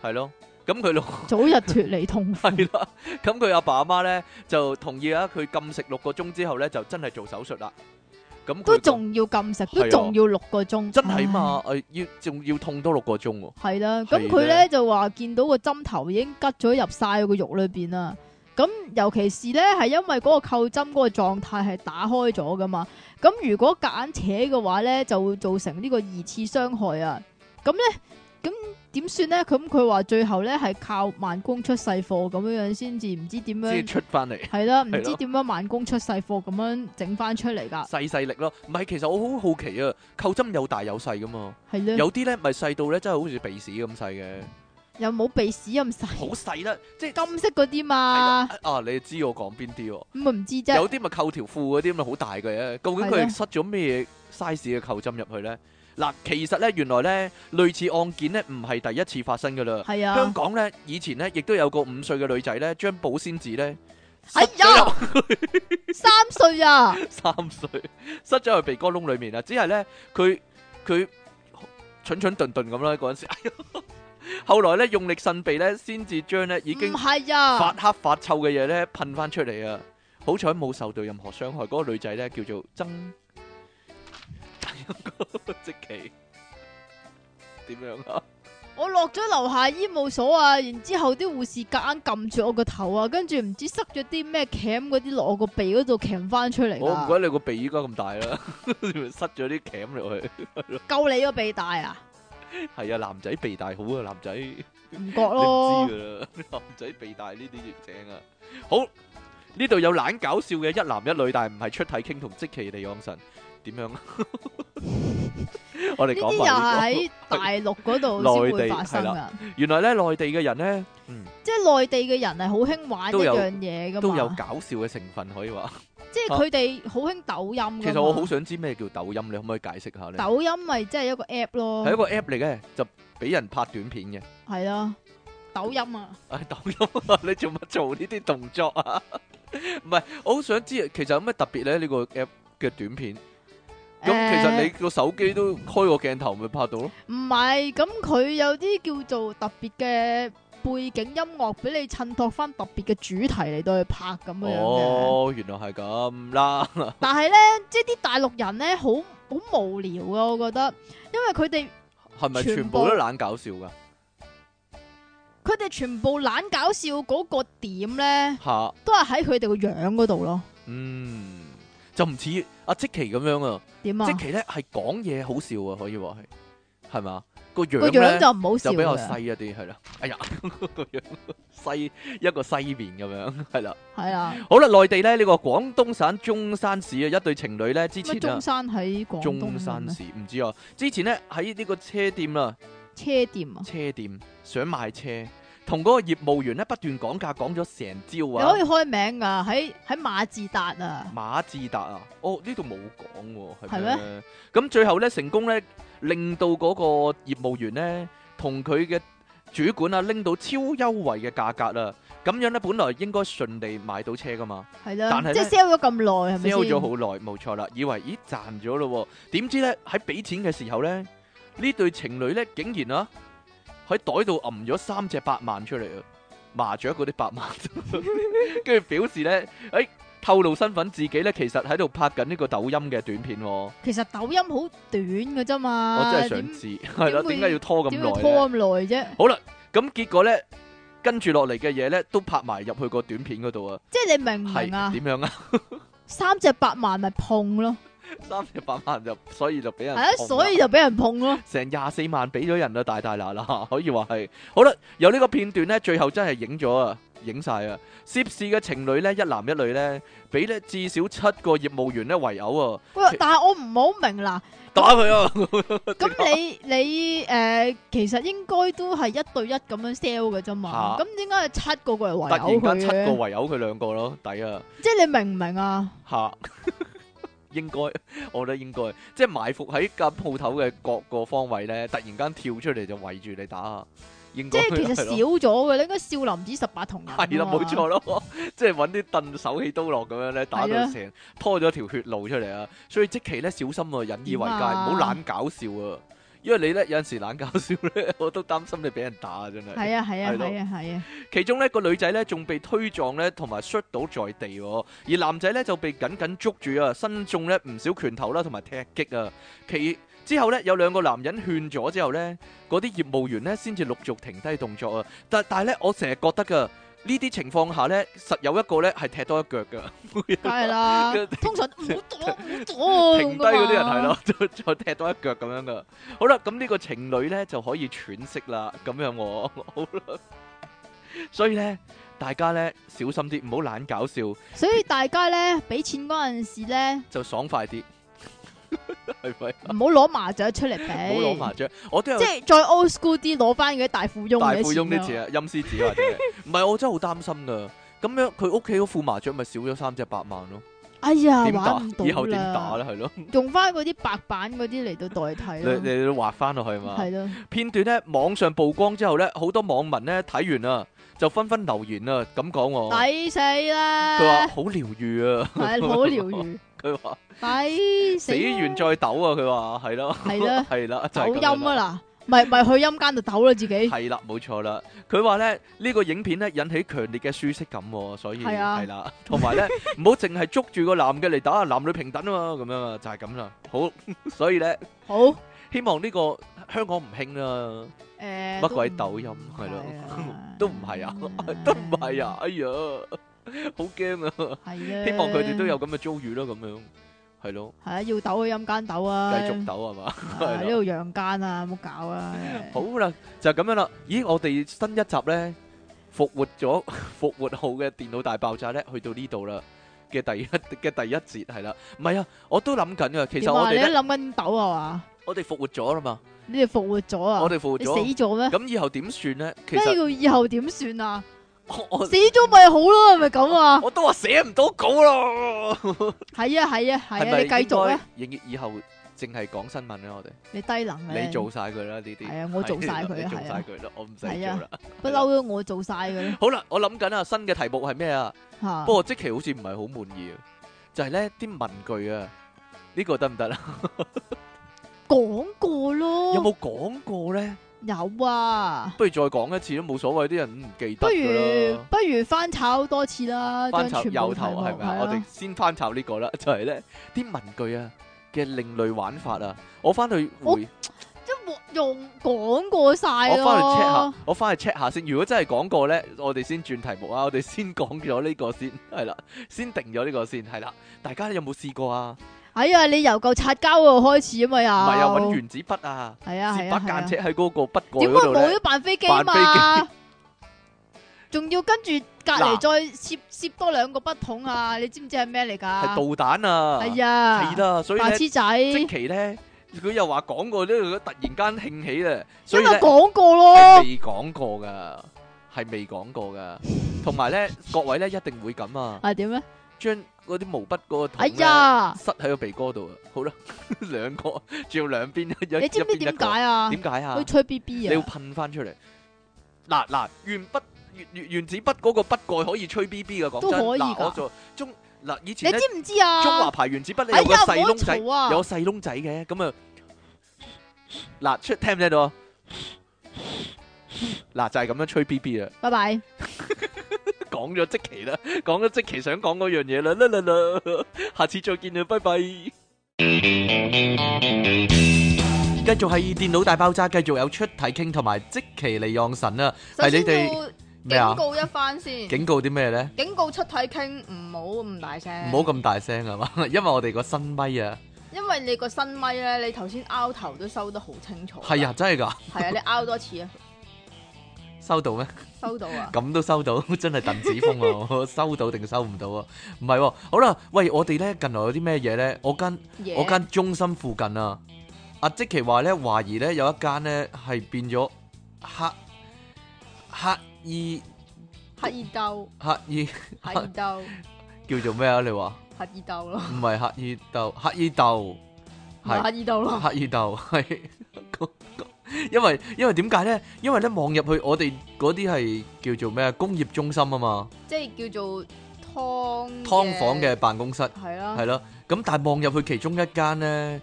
係咯，咁佢老。早日脱離痛苦。系啦， 咁佢阿爸阿媽咧就同意啊，佢禁食六個鐘之後咧就真係做手術啦。咁佢都就仲要禁食，係都啊仲要六個鐘，真係嘛？诶，要仲要痛多六個鐘喎。唉？係啦，係咁佢咧咧就話見到個針頭已經吉咗入晒個肉裏邊啦。咁尤其是咧，係因為嗰個扣針嗰個狀態係打開咗噶嘛。咁如果夾硬扯嘅話咧，就會造成呢個二次傷害啊。咁咧，咁點算咧？咁佢話最後咧係靠慢工出細貨咁樣樣先至唔知點先樣出翻嚟，係啦，唔係知咯點樣慢工出細貨咁樣整翻出嚟㗎，細細力咯。唔係，其實我好好奇啊，扣針有大有細噶嘛。係咧，有啲咧咪細到咧真係好似鼻屎咁細 嘅，又冇鼻屎咁細，好細啦，即係金色嗰啲係嘛啦。。啊，你知我講邊啲喎？咁咪唔知啫有，啲咪扣條褲嗰啲咪好大嘅，究竟 Dạ. 佢係咯係塞咗咩 size 嘅扣針入去咧？嗱，其實咧原來咧類似案件咧唔係第一次發生噶啦。係香啊，港咧，以前咧亦都有個五歲嘅女仔咧，將保鮮紙咧，哎呀， 三歲啊， 三歲塞咗去鼻哥窿裏面啊！只係咧，佢佢蠢蠢頓頓咁啦嗰陣時，哎 呀後來咧用力擤鼻咧，先至將咧已經唔係發啊，黑發臭嘅嘢咧噴翻出嚟啊！好彩冇受到任何傷害，嗰、個女仔咧叫做曾，即奇點樣啊？我落咗樓下醫務所啊，然之後啲護士夾硬撳住我個頭啊，跟住唔知塞咗啲咩鉗嗰啲落我個鼻嗰度鉗翻出嚟我唔㗎，怪你個鼻依家咁大啦， 塞咗啲鉗落去。夠你個鼻大啊，係啊，男仔鼻大好啊，男仔。唔覺你唔 咯，知噶啦，男仔鼻大呢啲越正啊。好，呢度有懶搞笑嘅一男一女，但係唔係出體傾同即其利昂神點樣？ 我哋啊講呢啲又埋呢係喺大陸嗰度先內地會發生係噶，個。原來咧，內地嘅人咧，嗯，即係內地嘅人係好興玩一都有樣嘢噶都有嘛，搞笑嘅成分可以啊話。即係佢哋好興抖音㗎其實我好嘛想知咩叫抖音，你可唔可以解釋下咧？抖音咪即係一個 app 咯係一，個 app 嚟嘅，就俾人拍短片嘅。 係啦，抖音啊，啊，抖音啊！你做乜做呢啲動作啊？ 唔係，我好想知，其實有咩特別咧？呢、個 app 嘅短片，咁其實你誒個手機都開個鏡頭咪拍到咯？唔係咁佢有啲叫做特別嘅背景音樂俾你襯托翻特別嘅主題嚟到去拍咁樣嘅，哦，原來係咁啦，但係咧即係啲大陸人咧好好無聊啊，我覺得，因為佢哋。係咪全全部都懶搞笑噶？佢哋全部懶搞笑嗰個點咧，吓，都係喺佢哋個樣嗰度咯。嗯，就唔似阿即奇咁樣啊！點啊即？奇咧係講嘢好笑啊，可以話係，係嘛？個個樣樣咧就唔好笑啊就比較嘅，細一啲，係啦。哎呀， 個樣西一個西面咁樣，係啦。係啦。好啦，內地咧呢、呢個廣東省中山市啊，一對情侶咧之前乜啊中，山喺廣東中山市唔知啊，之前咧喺呢個車店啊，車店啊，車店想賣車，同嗰個業務員咧不斷講價，講咗成你朝可啊以。開名噶，喺喺馬自達啊，馬自達啊，哦呢度冇講喎，係係咩？咁最後咧成功咧令到嗰個業務員咧同佢嘅主管啊拎到超優惠嘅價格啊，咁樣咧本來應該順利買到車噶嘛。係但啦，係即咧係 sell 咗咁耐係咪 sell 咗先？好耐，冇錯啦，以為咦賺咗咯喎，點知咧喺俾錢嘅時候咧，呢對情侶咧竟然啊喺袋度揞咗三隻百萬出嚟啊，麻雀嗰啲百萬， 跟住表示咧，誒透露身份自己咧其實喺度拍緊呢個抖音嘅短片喎，我其實抖音好短嘅啫嘛，真係想啊點知，係啦，點會點解要拖咁點要耐拖咁咧？耐啫？咁結果咧，跟住落嚟嘅嘢咧都拍埋入去個短片嗰度啊，即係你明唔明係啊？點樣啊？ 三隻百萬咪碰咯，三隻百萬就所以就俾係人啊，痛所啦以就俾人碰 咯。成廿四萬俾咗人啦，大大嗱嗱， 可以話係。好啦，有呢個片段呢，最後真係影咗啊，影晒啊！涉事嘅情侶呢，一男一女呢，俾呢至少七個業務員呢圍毆啊，喂，但係我唔好 明啦。打佢啊！咁你你誒其實應該都係一對一咁樣 sell 嘅啫嘛，嚇咁點解係七個個人突圍然毆佢間七個圍嘅？毆佢兩個咯，抵啊！即係你 明唔明啊？嚇，應該，我覺得應該，即係埋伏喺間鋪頭嘅各個方位呢，突然間跳出嚟就圍住你打啊！應即該係其實係少咯咗嘅，你應該少林寺十八銅人啊嘛。係啦，冇錯咯， 即係揾啲凳手起刀落咁樣咧，打到係啊成拖咗條血路出嚟啊！所以即期咧小心啊，引以為戒，點唔啊好懶搞笑啊！因為你咧有陣時懶搞笑咧， 我都擔心你俾人打啊，真係。係啊係啊係咯係啊 係啊，其中呢個女仔咧仲被推撞咧，同埋摔倒在地喎，而男仔咧就被緊緊捉住啊，身中咧唔少拳頭啦，同埋踢擊啊。其之後咧有兩個男人勸咗之後咧，嗰啲業務員咧先至陸續停低動作啊。但但係咧，我成日覺得噶呢啲情況下咧，實有一個咧係踢多一腳噶。梗 係啦跟，通常唔好躲唔好停低嗰啲人係咯， 再再踢多一腳咁樣噶。好啦，咁呢個情侶咧就可以喘息啦，咁樣喎， 好啦。所以咧，大家咧小心啲，唔好懶搞笑，所以大家咧俾錢嗰陣時咧，就爽快啲， 係咪？唔好攞麻雀出嚟唔好攞麻俾，雀，我都有即係再 old school 啲攞翻嗰啲大富翁大嗰富翁啲錢字咯啊，陰司紙或 者，唔係我真係好擔心噶。咁樣佢屋企嗰副麻雀咪少咗三隻百萬咯，哎呀，點打玩唔？到以後點打啦？咧？係咯，用翻嗰啲白板嗰啲嚟到代替你咯。你都畫翻落去嘛？系咯，片段咧網上曝光之後咧，好多網民咧睇完啊，就紛紛留言啊，咁講喎，抵死佢話啦，好療愈啊， 系好療愈，佢話抵死死完再抖啊，佢話係咯，係 啦係啦，就係咁抖音樣啊，啦，咪咪去陰間度抖啦自己，係啦，冇錯啦，佢話咧呢個影片咧引起強烈嘅舒適感喎，所以係啊係啦，同埋咧 唔好淨係捉住個男嘅嚟打，男女平等啊嘛，咁樣啊，就係咁啦，好， 所以咧好希望呢個香港唔興啊啦。诶，乜鬼抖音係咯 都唔係啊，都唔嗯係 啊，，哎呀，好驚啊！系啊，希望佢哋都有咁嘅遭遇咯，咁樣係咯，係啊，要抖去陰間抖繼啊，續抖係嘛？啊係咯呢度陽間啊，唔好搞啊，好啦，就係咁樣啦。咦，我哋新一集咧復活咗 復活號嘅電腦大爆炸咧，去到呢度啦嘅第一嘅第一節係啦，唔係啊，我都諗緊噶，其實點我啊？哋你咧，都諗緊豆啊嘛？我哋復活咗啦嘛，你哋復活咗啊我？哋復活你死咗，咗咩？咁以後點算咧？其咩實叫以後點算啊？我我死咗咪好咯，係咪咁啊？我都話寫唔到稿咯，係啊係啊係係啊！咪你繼續啊！應該？以以後淨係講新聞啦，我哋你低能啊！你做晒佢啦呢啲，係啊我做晒佢啊 你做係啊晒佢啦，我唔使係啊做啦。不嬲都我做晒嘅啦好啦，我諗緊啊，新嘅題目係咩啊？嚇不過即期好似唔係好滿意啊，就係咧啲文具啊，呢個得唔得啊？講過咯，有冇講過咧？有啊？不如再講一次都冇所謂，啲人唔記不得㗎如啦。不如翻炒多次啦，翻將炒全有部頭係咪題啊？目我係哋啊先翻炒呢個啦， 就係咧啲文具啊嘅另類玩法啊。我翻去我回，即係冇用講過晒啊我翻去 check 下咯，，我翻去 check 下先。如果真係講過咧，我哋先轉題目啊。我哋先講咗呢個先，係啦，先定咗呢個先，係啦。大家有冇試過啊？哎呀，你由嚿擦膠嗰度開始啊嘛又，唔係啊，揾原子筆啊！係啊接係把啊係間啊尺，喺嗰個筆蓋點會嗰度冇咧咗，扮飛機扮飛嘛？ 仲要跟住隔離嗱再攝攝多兩個筆筒啊！你知唔知係咩嚟㗎？係導彈啊，係啊，係啦，所以白咧，痴仔，即因期咧，佢又話講過呢個突然間興起咧，所以為咧講過係咯，未講過噶，係未講過噶，同埋咧，各位咧一定會咁啊，係點咧？將嗰啲毛筆嗰個筒哎咧呀，塞喺個鼻哥度啊，好啦， 兩個，仲要兩邊一你知唔知一邊一點個，解啊？點解啊會？吹 B B 你要啊？噴翻出嚟，嗱嗱，原筆原原原子筆嗰個筆蓋可以吹 B B 嘅，講真，都可以嗱㗎我做中嗱以你前咧。知唔知啊？中華牌原子筆你哎有個呀，唔好細窿仔，嘈啊！有個細窿仔嘅，咁啊，嗱出聽唔聽到啊？嗱就係咁樣吹 B B 啊，拜拜。 講咗即期啦， 講咗即期想講嗰樣嘢啦，啦啦 啦，下次再見啦，拜拜。繼續係電腦大爆炸，繼續有出體傾同埋即期離讓神啊，首係你先哋要咩啊警？告一番先，警告啲咩咧？警告出體傾唔好咁大唔聲，好，咁大聲啊嘛， 因為我哋個新咪啊，因為你個新咪咧，你頭先拗頭都收得好清楚，係啊，，真係噶，係啊，你拗多次啊，收到咩？，收到啊 咁都收到，真係鄧子峰 啊！我收到定收唔到啊？唔係喎，好啦，喂，我哋咧近來有啲咩嘢咧？我間嘢我間中心附近啊，阿即奇話咧懷疑咧有一間咧係變咗黑黑衣乞兒 兜，黑衣乞兒兜，叫做咩啊？你話乞兒兜咯，唔係黑衣鬥黑衣鬥唔係。係乞兒兜咯，黑衣豆 係，因為因為點解咧？因為咧望入去我哋嗰啲係叫做咩啊？工業中心啊嘛，即係叫做劏劏房嘅，辦公室。係啦系，咯，咁但系望入去其中一間咧，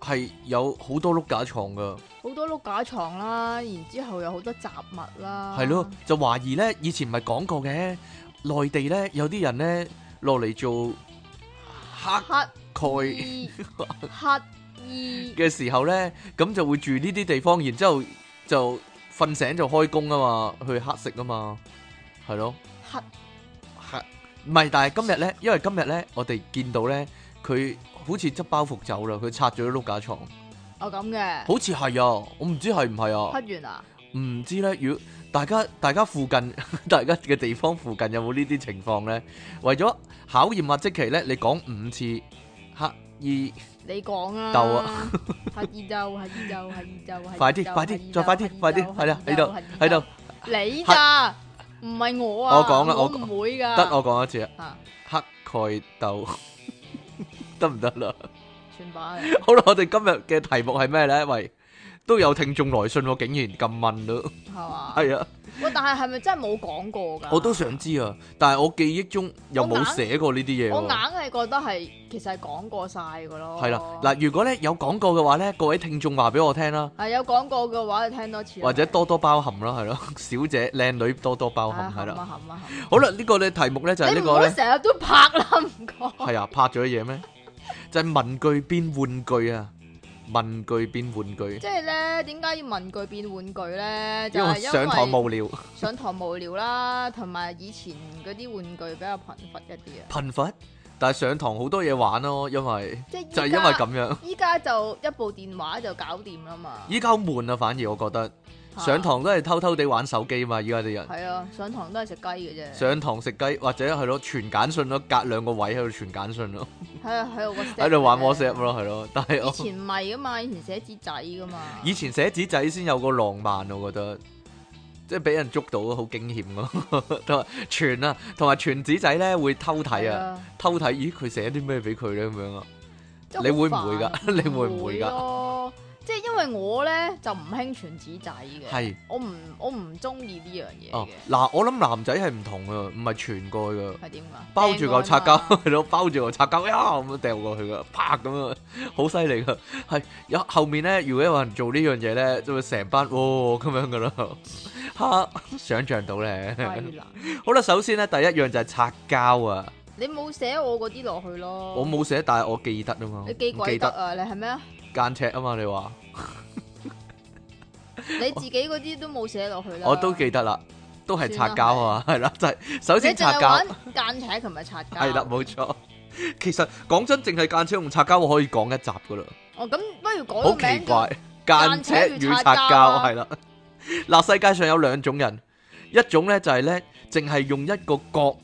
係有好多碌架床噶，好多碌架床啦，然之後有好多雜物啦，係咯，，就懷疑咧，以前咪講過嘅，內地咧有啲人咧落嚟做黑 乞蓋兒乞兒嘅時候咧，咁就會住呢啲地方，然之后就瞓醒就開工啊嘛，去黑食啊嘛，係咯。乞係唔係？但係今日咧，因為今日咧，我哋見到咧，佢好似執包袱走啦，佢拆咗碌架床，哦咁嘅，好似係啊，我唔知係唔係啊。乞完啊，唔知咧，如果大家大家附近 大家嘅地方附近有冇呢啲情況咧？為咗考驗阿積奇咧，你講五次刻意，你講啊，鬥啊， 乞兒兜，乞兒兜，乞兒兜，乞兒快啲兜快乞啲，再兒兜快乞啲兒快啲，係兜乞啦，兒喺兜度乞兒喺兜度，你咋，唔係我啊，我講啦我我講唔會噶，得我講一次啊啊，黑蓋鬥 得唔得啦？ 全把嘅，好啦，我哋今日嘅題目係咩咧？喂，都有聽眾來信喎，竟然咁問咯，係嘛？係啊，喂，但係係咪真係冇講過㗎？我都想知啊，但係我記憶中又冇寫過呢啲嘢我喎硬。係覺得係其實係講過晒㗎咯。係啦，嗱，如果咧有講過嘅話咧，各位聽眾話俾我聽啦。係有講過嘅話，就聽多次啦。或者多多包涵啦，係咯， 小姐靚女多多包涵啊係冚啦。啊冚啊好啦，呢個咧題目咧就冚！係你呢唔個好咧，成日都拍啦，唔該。係啊，拍咗嘢咩？就係文具變玩具啊，文具變玩具，即係咧，點解要文具變玩具咧？就因係為因為上堂無聊，上堂無聊啦，同埋以前嗰啲玩具比較貧乏一啲啊。貧乏，但係上堂好多嘢玩咯，因為即係就係係因為咁樣，依家就一部電話就搞掂啦嘛。依家好悶啊，反而我覺得，上堂都系偷偷地玩手機嘛，而家啲人系啊，上堂都係食雞嘅啫，嗯上堂食雞或者係咯傳簡訊咯，隔兩個位喺度傳簡訊咯，喺度喺喺度 WhatsApp 度玩嘅啫 WhatsApp 咯，係咯。但係啊以 我前唔係噶嘛，以前寫紙仔噶嘛。以前寫紙仔先有個浪漫，我覺得。即係俾人捉到，好驚險咯！ 同埋傳啊，同埋傳紙仔咧會偷睇係啊，啊，偷睇咦佢寫啲咩俾佢咧咁樣啊？真係你會唔好會㗎 煩你會唔會㗎咯？即係因為我咧就唔興傳紙仔嘅，係我唔我唔中意呢樣嘢哦嘅，，嗱我諗男仔係唔同啊，唔係傳過去噶。係點㗎？包住嚿擦膠掟過去嘛係咯，包住嚿擦膠呀咁樣掉過去噶，啪咁樣，好犀利噶。係有後面咧，如果有人做呢樣嘢咧，就會成班喎咁樣噶啦。 嚇，想像到咧。 係啦，好啦，首先咧，第一樣就係擦膠啊，你冇寫我嗰啲落去咯。我，冇寫，但係我記得啊嘛。你記唔記鬼得得啊？你係咩啊？間尺啊嘛，你話你自己嗰啲都冇寫落去啦。我都記得啦，都係擦算啦膠啊嘛，係啦，就係首你先淨擦係膠。玩間尺同埋擦膠。係啦，冇錯。其實講真，淨係間尺同擦膠，我可以講一集噶啦。哦，咁不如改好個奇名叫怪，間尺與擦間尺與擦膠啊膠係啦。嗱，世界上有兩種人，一種咧就係咧，淨係用一個角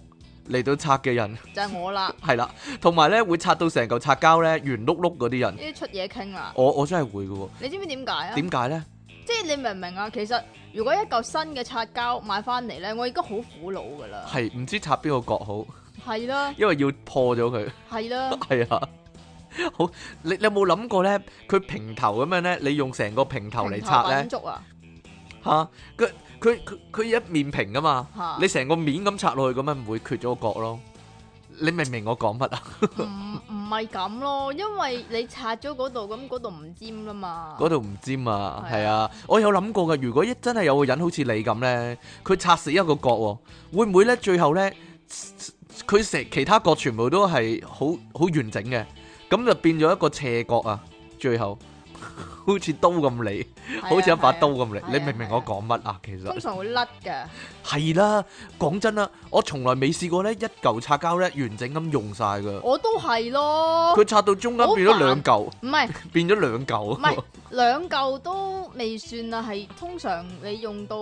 嚟到擦嘅人，就係我啦，係啦，同埋咧會擦到成嚿擦膠咧圓碌碌嗰啲人呢。啲出嘢傾啦。我我真係會嘅喎，你知唔知點解啊？點解咧？即係你明唔明啊？其實如果一嚿新嘅擦膠買翻嚟咧，我已經好苦惱噶啦。係唔知擦邊個角好，係啦，因為要破咗佢。係啦， 係啊，好，你你有冇諗過咧？佢平頭咁樣咧，你用成個平頭嚟擦咧平頭品？足啊，吓，佢佢佢佢一面平噶嘛，嚇你成個面咁拆落去，咁咪唔會缺咗個角咯。你明唔明我講乜啊？唔唔係咁咯，因為你擦咗嗰度，咁嗰度唔尖啦嘛。嗰度唔尖啊，係係啊啊，我有諗過噶。如果一真係有個人好似你咁咧，佢拆死一個角喎，會唔會咧最後咧，佢成其他角全部都係好好完整嘅，咁就變咗一個斜角啊，最後 好似刀咁嚟，係啊好似一把刀係啊咁嚟。係你明唔明係我講乜啊？其實通。常會甩嘅，係啦，講真啦，我從來未試過咧一嚿擦膠咧完整咁用晒噶，我都係咯。佢擦到中間變咗兩嚿， 唔係變咗兩唔嚿係，兩嚿都未算啊，係通常你用到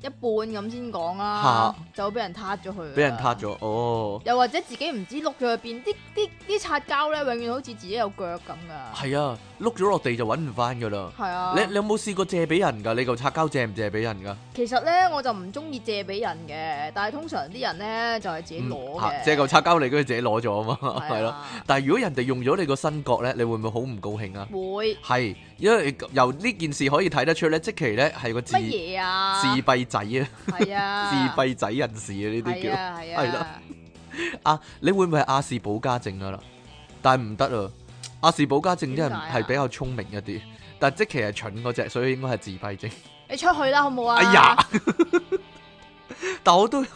一半咁先講啦，就俾人撻咗佢。 啊俾人撻。咗。哦，又或者自己唔知碌咗去邊，啲啲啲擦膠咧，永遠好似自己有腳咁噶。係啊，碌咗落地就揾唔翻噶啦。係啊，你你有冇試過借俾人㗎？你嚿擦膠借唔借俾人㗎？其實咧我就唔中意借俾人嘅，但係通常啲人咧就係、自己嗯攞嚇嘅。借嚿擦膠你，跟住自己攞咗啊嘛， 係係咯。咯，但係如果人哋用咗你個新角咧，你會唔會好唔高興啊？會係，因為由呢件事可以睇得出咧，即其咧係個自乜自嘢啊？閉仔啊，係啊， 自閉仔人士啊，呢啲係叫。啊係係啊啦，啊，你會唔會係亞氏保加症啊啦？但係唔得啊，亞氏保加症啲人點解啊係比較聰明一啲，但係即其係蠢嗰只，所以應該係自閉症。 你出去啦好唔好啊？哎呀，但我都我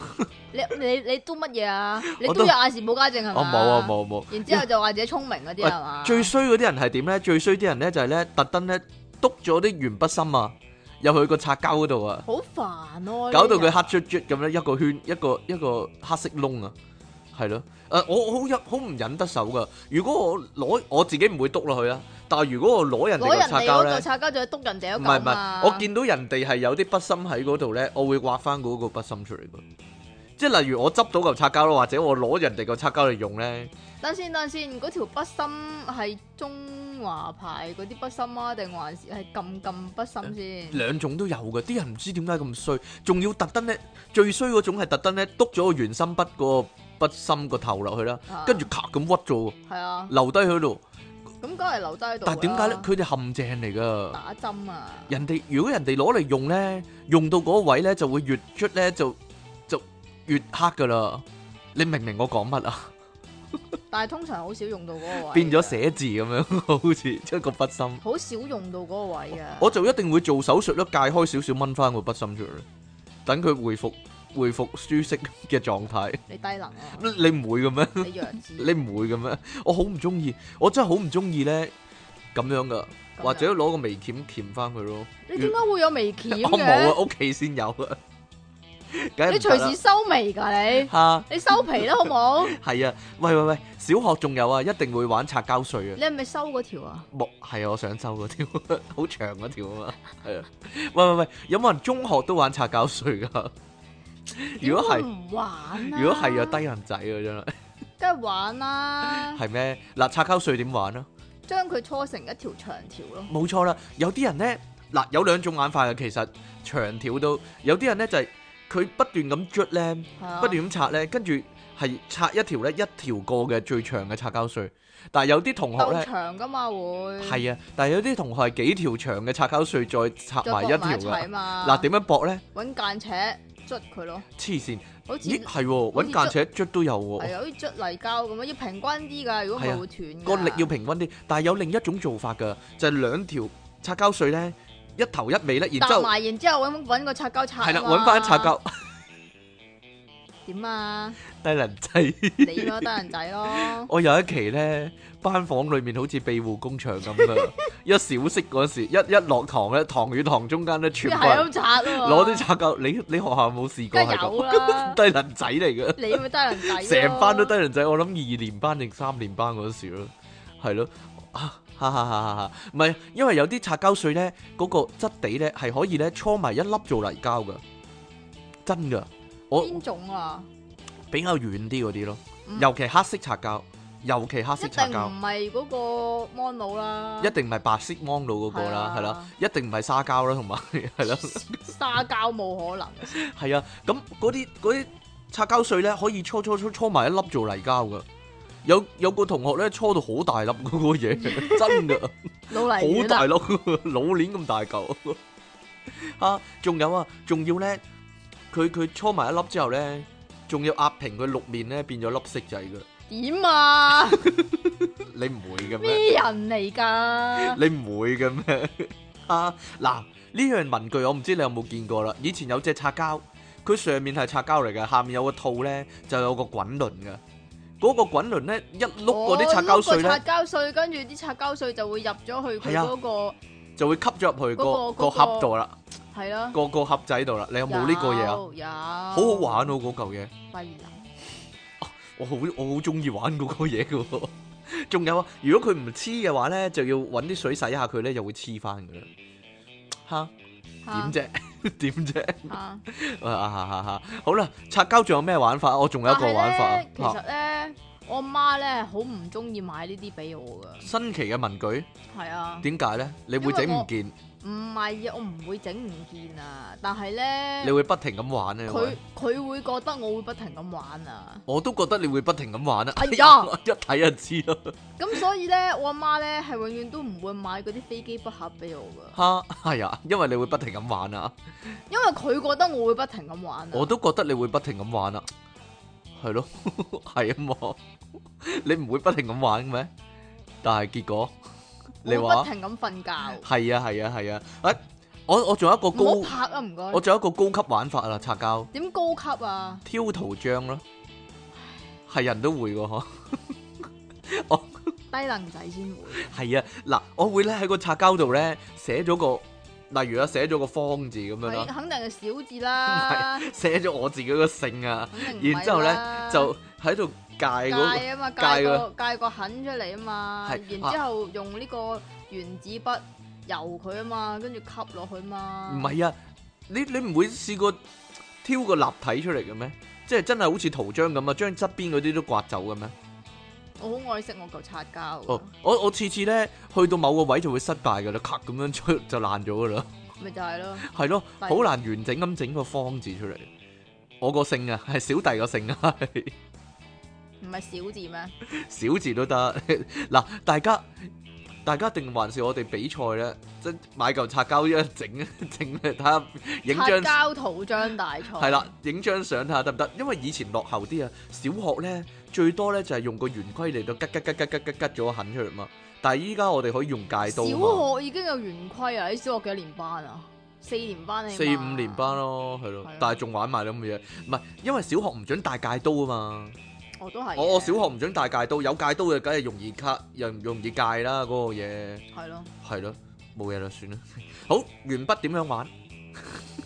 你你你都乜嘢啊？你我都都有亞視冇家政係嘛？冇啊。冇冇，然之後就話自己聰明嗰啲係嘛？最衰嗰啲人係點咧？最衰啲人咧就係咧特登咧篤咗啲鉛筆芯啊入去個擦膠嗰度啊，好煩咯，搞到佢呢啲人黑卒卒咁咧一個圈一個一個黑色窿啊！係咯，誒、我我好忍好唔忍得手噶。如果我攞我自己唔會篤落去啦，啊但係如果我攞人哋攞個人擦哋膠嗰個咧。擦膠就去篤人哋嗰唔嚿係唔嘛係，我見到人哋係有啲筆芯喺嗰度咧，我會畫翻嗰個筆芯出嚟嘅。即係例如我執到嚿擦膠咯，或者我攞人哋個擦膠嚟用咧，等先等先，嗰條筆芯係中華牌嗰啲筆芯啊，定還是係撳撳筆芯先？兩種都有嘅。啲人唔知點解咁衰，仲要特登咧，最衰嗰種係特登咧，篤咗個圓心筆個筆芯個頭落去啦，啊跟住咔咁屈咗喎，係啊，留低喺度。咁梗係留低喺度啦。但係點解咧？佢哋陷阱嚟㗎。打針啊？人哋如果人哋攞嚟用咧，用到嗰個位咧就會越出咧就就越黑㗎啦。你明唔明我講乜啊？但係通常好少用到嗰個位。變咗，寫字咁樣，好似一個筆芯。好少用到嗰個位啊。我就一定會做手術咯，界開少少，掹翻個筆芯出嚟，等佢回復回復舒適嘅狀態。 你低能啊！你唔會嘅咩？ 你弱智。你唔會嘅咩？我好唔中意，我真係好唔中意咧咁樣噶，咁或者樣攞個眉鉗鉗翻佢咯。你點解會有微鉗我冇啊，嘅？屋企先有啊。梗係唔你隨得啦時收眉㗎你，嚇你收皮啦好冇？ 係啊，喂喂喂，小學仲有啊，一定會玩擦膠碎啊，你係咪收嗰條啊？木係啊，我想收嗰條， 好長嗰條啊嘛，係啊，喂喂喂，有冇人中學都玩擦膠碎噶？如果點係，會唔玩啊？如果係啊，低人仔啊，真係梗係玩啦，係咩？嗱，擦膠碎點玩啊？將佢搓成一條長條咯。冇錯啦，有啲人咧嗱有兩種玩法嘅，其實長條都有啲人咧就係、佢不斷咁捽咧，係啊不斷咁拆咧，跟住係拆一條咧一條過嘅最長嘅擦膠碎。但係有啲同學夠咧長㗎嘛會，係啊，但係有啲同學係幾條長嘅擦膠碎再拆再啊埋一搏埋條一齊㗎。嘛。嗱點樣搏咧？揾間尺捽佢咯，黐線！好似咦係喎，揾間好似尺捽都有喎係。啊，好似捽泥膠咁啊，要平均啲㗎，如果唔係啊係會斷㗎。個力要平均啲，但係有另一種做法㗎，就係、兩條擦膠碎咧，一頭一尾咧，然之搭後埋，然之後揾揾個擦膠擦。係啦，揾翻擦膠。 點啊？低能仔， 你咯，得人仔咯。我有一期咧班房裏面好似庇護工場咁 啊！一小息嗰時，一一落堂咧，堂與堂中間咧，全啲部係人咁擦咯。攞啲擦膠。你你學校有冇試過啊係梗係有咁？，啦 低能仔嚟你咪得人仔咯。嘅，成班都低能仔。我諗二年班定三年班嗰時咯，係咯。啊哈哈哈！哈哈，唔係，因為有啲擦膠水咧，嗰、個質地咧係可以咧搓埋一粒做泥膠噶，真噶。我邊種啊？比較軟啲嗰啲咯，嗯尤其黑色擦膠，尤其黑色一擦定膠唔。係嗰個 mono 啦，一定唔係白色芒魯嗰個啦，係係啊啦，一定唔係沙膠啦，同埋係啦，沙膠冇可能。係啊，咁嗰啲嗰啲擦膠碎咧，可以搓搓搓搓埋一粒做泥膠噶。有有個同學咧，搓到好大粒嗰個嘢，真噶，老泥好丸啊大粒， 老鏈咁大嚿。 啊，仲有啊，仲要咧，佢佢搓埋一粒之後咧，仲要壓平佢六面咧，變咗粒色仔噶。點啊？你唔會嘅咩？咩人嚟㗎？你唔會嘅咩？ 啊，嗱，呢樣文具我唔知你有冇見過啦。以前有隻擦膠，佢上面係擦膠嚟嘅，下面有個套咧，就有個滾輪嘅。嗰、個滾輪咧，一碌嗰啲擦膠碎哦碌個擦咧，膠碎，跟住啲擦膠碎就會入咗去佢係啊嗰個就會吸咗入去個、個嗰個嗰個盒度啦，係啦。個個盒仔度啦。你有冇呢個嘢啊？有？有，好好好玩喎嗰嚿嘢，例如嗱我好我好中意玩嗰個嘢嘅喎。 仲有啊，如果佢唔黐嘅話咧，就要揾啲水洗下佢咧，就會黐翻嘅啦。嚇嚇點啫？ 點啫？啊嚇啊啊啊啊啊！好啦，擦膠仲有咩玩法？我仲有一個玩但係咧其法啊，實咧，我媽咧好唔中意買呢啲俾我㗎。新奇嘅文具，係啊，點解咧？你會整唔見，唔係啊，我唔會整唔見啊。但係咧，你會不停咁玩咧。佢佢會覺得我會不停咁玩啊。我都覺得你會不停咁玩啊！哎呀 一睇就知 啦。咁所以咧，我阿媽咧係永遠都唔會買嗰啲飛機筆盒俾我噶，吓，係啊，因為你會不停咁玩啊，因為佢覺得我會不停咁玩啊。我都覺得你會不停咁玩啊，係咯， 係啊嘛，你唔會不停咁玩嘅咩？但係結果我你會話不停咁瞓覺，係啊，係啊，係啊，誒，我我仲有一個高，唔好拍啊，唔該。我仲有一個高級玩法啦，擦膠。點高級啊？挑圖章咯，係人都會嘅嗬。低能仔先會。 係啊，嗱，我會咧喺個擦膠度咧寫咗個，例如啊寫咗個方字咁樣係啦，肯定係小 字啦，寫咗我自己個姓 啊，肯定唔係啦然之後咧就喺度界戒嗰啊嘛，戒戒個個戒個痕出嚟啊嘛，係然之後用呢個原子筆油佢啊嘛，跟住吸落去個，嘛。唔係啊，你你唔會試過挑個立體出嚟嘅咩？即係真係好似圖章咁啊，將側邊嗰啲都刮走嘅咩？我好愛惜我嚿擦膠啊㗎哦，，我我次次咧去到某個位就會失敗㗎啦，咔咁樣出就爛咗㗎啦。咪就係咯。係咯，例好如難完整咁整個方字出嚟。我個姓啊， 係小弟個姓啊， 係唔係小字咩？小字都得。 嗱，大家大家定還是我哋比賽咧，即係買嚿擦膠一整 整啊嚟睇下，影擦張膠圖章大賽係啦，，影張相睇下得唔得？因為以前落後啲啊，小學咧最多咧就係用個圓規嚟到吉吉吉吉吉吉吉咗個痕出嚟嘛。但係依家我哋可以用戒刀啊嘛，小學已經有圓規啊！你小學幾多年班啊？四年班嚟嘛四五年班，咯，係咯係啊，但係仲玩埋啲咁嘅嘢，唔係因為小學唔準帶戒刀啊嘛。我哦都係嘅。我我小學唔准帶戒刀，有戒刀嘅梗係容易卡，又唔容易戒啦嗰、 個嘢，係咯，係咯，冇嘢啦，算啦。好，鉛筆點樣玩？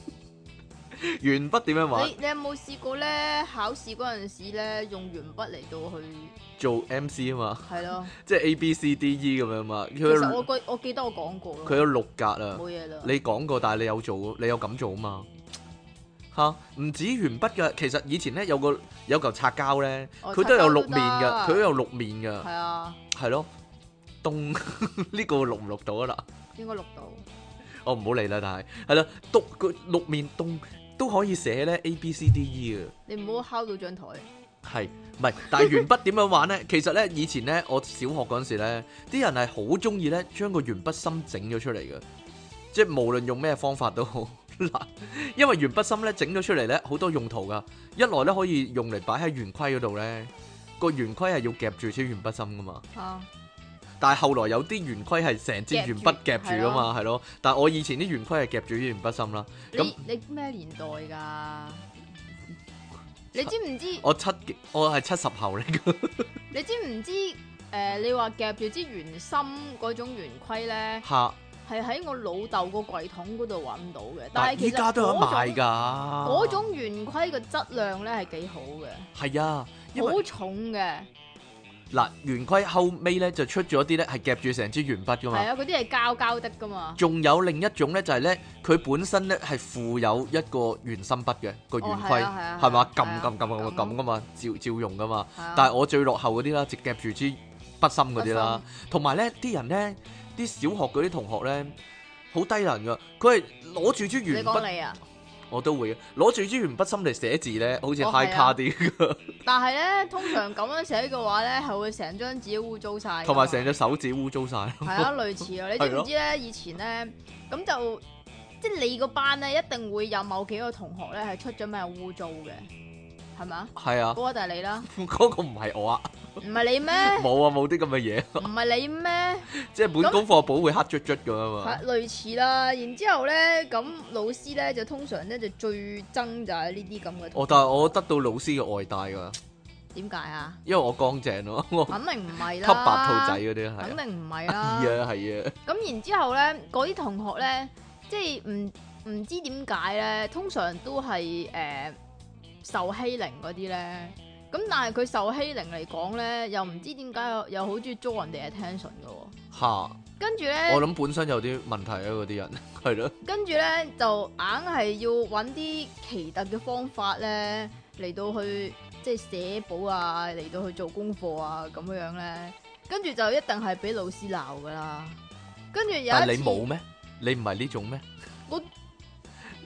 鉛筆點樣 玩你？你有冇試過咧？考試嗰陣時咧，用鉛筆嚟到去做 MC 啊嘛， 係咯。即係 A B C D E 咁樣嘛。佢其實我有記我記得我講過佢咯，有六格啊。冇嘢啦。你講過，但係你有做，你有咁做啊嘛？吓，唔止鉛筆噶，其實以前咧有個有嚿擦膠咧，哦佢都有六擦膠都面嘅，得佢都有六面嘅，係啊，係咯。東 呢個錄唔錄到啊啦？應該錄到。我哦唔好理啦，但係係啦，東佢六面東都可以寫咧 A B C D E 嘅。你唔好敲到張台。係，唔係？但係鉛筆點樣玩呢？其實呢，以前呢，我小學嗰陣時呢，啲人係好中意呢將個鉛筆芯整咗出嚟嘅，即係無論用咩方法都好嗱，因為鉛筆芯呢整咗出嚟呢，好多用途噶，一來呢可以用嚟擺喺圓規嗰度呢，個圓規係要夾住支鉛筆芯噶嘛。啊，但係後來有啲圓規係成支鉛筆夾住噶嘛，係咯。但係我以前啲圓規係夾住啲鉛筆芯啦。你咁你咩年代㗎？ 你知唔知？我七我係七十後嚟 嘅，你知唔知？誒、你話夾住支圓心嗰種圓規咧，嚇！係喺我老豆個櫃桶嗰度揾到嘅。但但係係依其實家都有得賣嗰種㗎。嗰種圓規嘅質量咧係幾好嘅，係啊，因為好重嘅，嗱圓規後尾咧就出咗啲咧係夾住成支鉛筆噶係嘛，啊，嗰啲係膠膠的噶嘛。仲有另一種咧就係咧佢本身咧係附有一個圓心筆嘅個圓哦規係啊係啊係嘛，係撳啊撳撳係撳啊撳噶嘛，照照用噶嘛。但但係我最落後嗰啲啦，直夾住支筆芯嗰啲啦，同埋咧啲人咧啲小學嗰啲同學咧好低能噶，佢係攞住支你鉛筆講。你啊，我都會嘅攞住支鉛筆芯嚟寫字咧，好似哦 high 係啊卡啲㗎，但係咧通常咁樣寫嘅話咧，係會成張紙污糟晒㗎嘛，同埋成隻手指污糟晒。 係啊，類似啊。你知唔知咧？以前咧，咁就即係你個班咧，一定會有某幾個同學咧係出咗咩污糟嘅，係咪啊？係啊，嗰個就係 你啦，嗰個唔係我啊，唔係你咩？冇啊，冇啲咁嘅嘢。唔係 你咩？啊即係本功課簿會黑卒卒咁啊嘛係。類似啦。然之後咧，咁老師咧就通常咧就最憎就係呢啲咁嘅同學。我但係我得到老師嘅愛戴㗎，點解啊？因為我乾淨咯， 我肯定唔係吸啦，白兔仔嗰啲肯係。定唔係係 啦。啊係啊，咁然之後咧，嗰啲同學咧，即係唔唔知點解咧，通常都係誒、呃受欺凌嗰啲咧。咁但係佢受欺凌嚟講咧，又唔知點解又又好中意捉人哋 attention 嘅喎。嚇！跟住我咧，諗本身有啲問題啊，嗰啲人 係咯，跟住咧就硬係要揾啲奇特嘅方法咧嚟到去即係寫簿啊，嚟到去做功課啊咁樣樣咧。跟住就一定係俾老師鬧噶啦。跟住有一但係你次冇咩？你唔係呢種咩？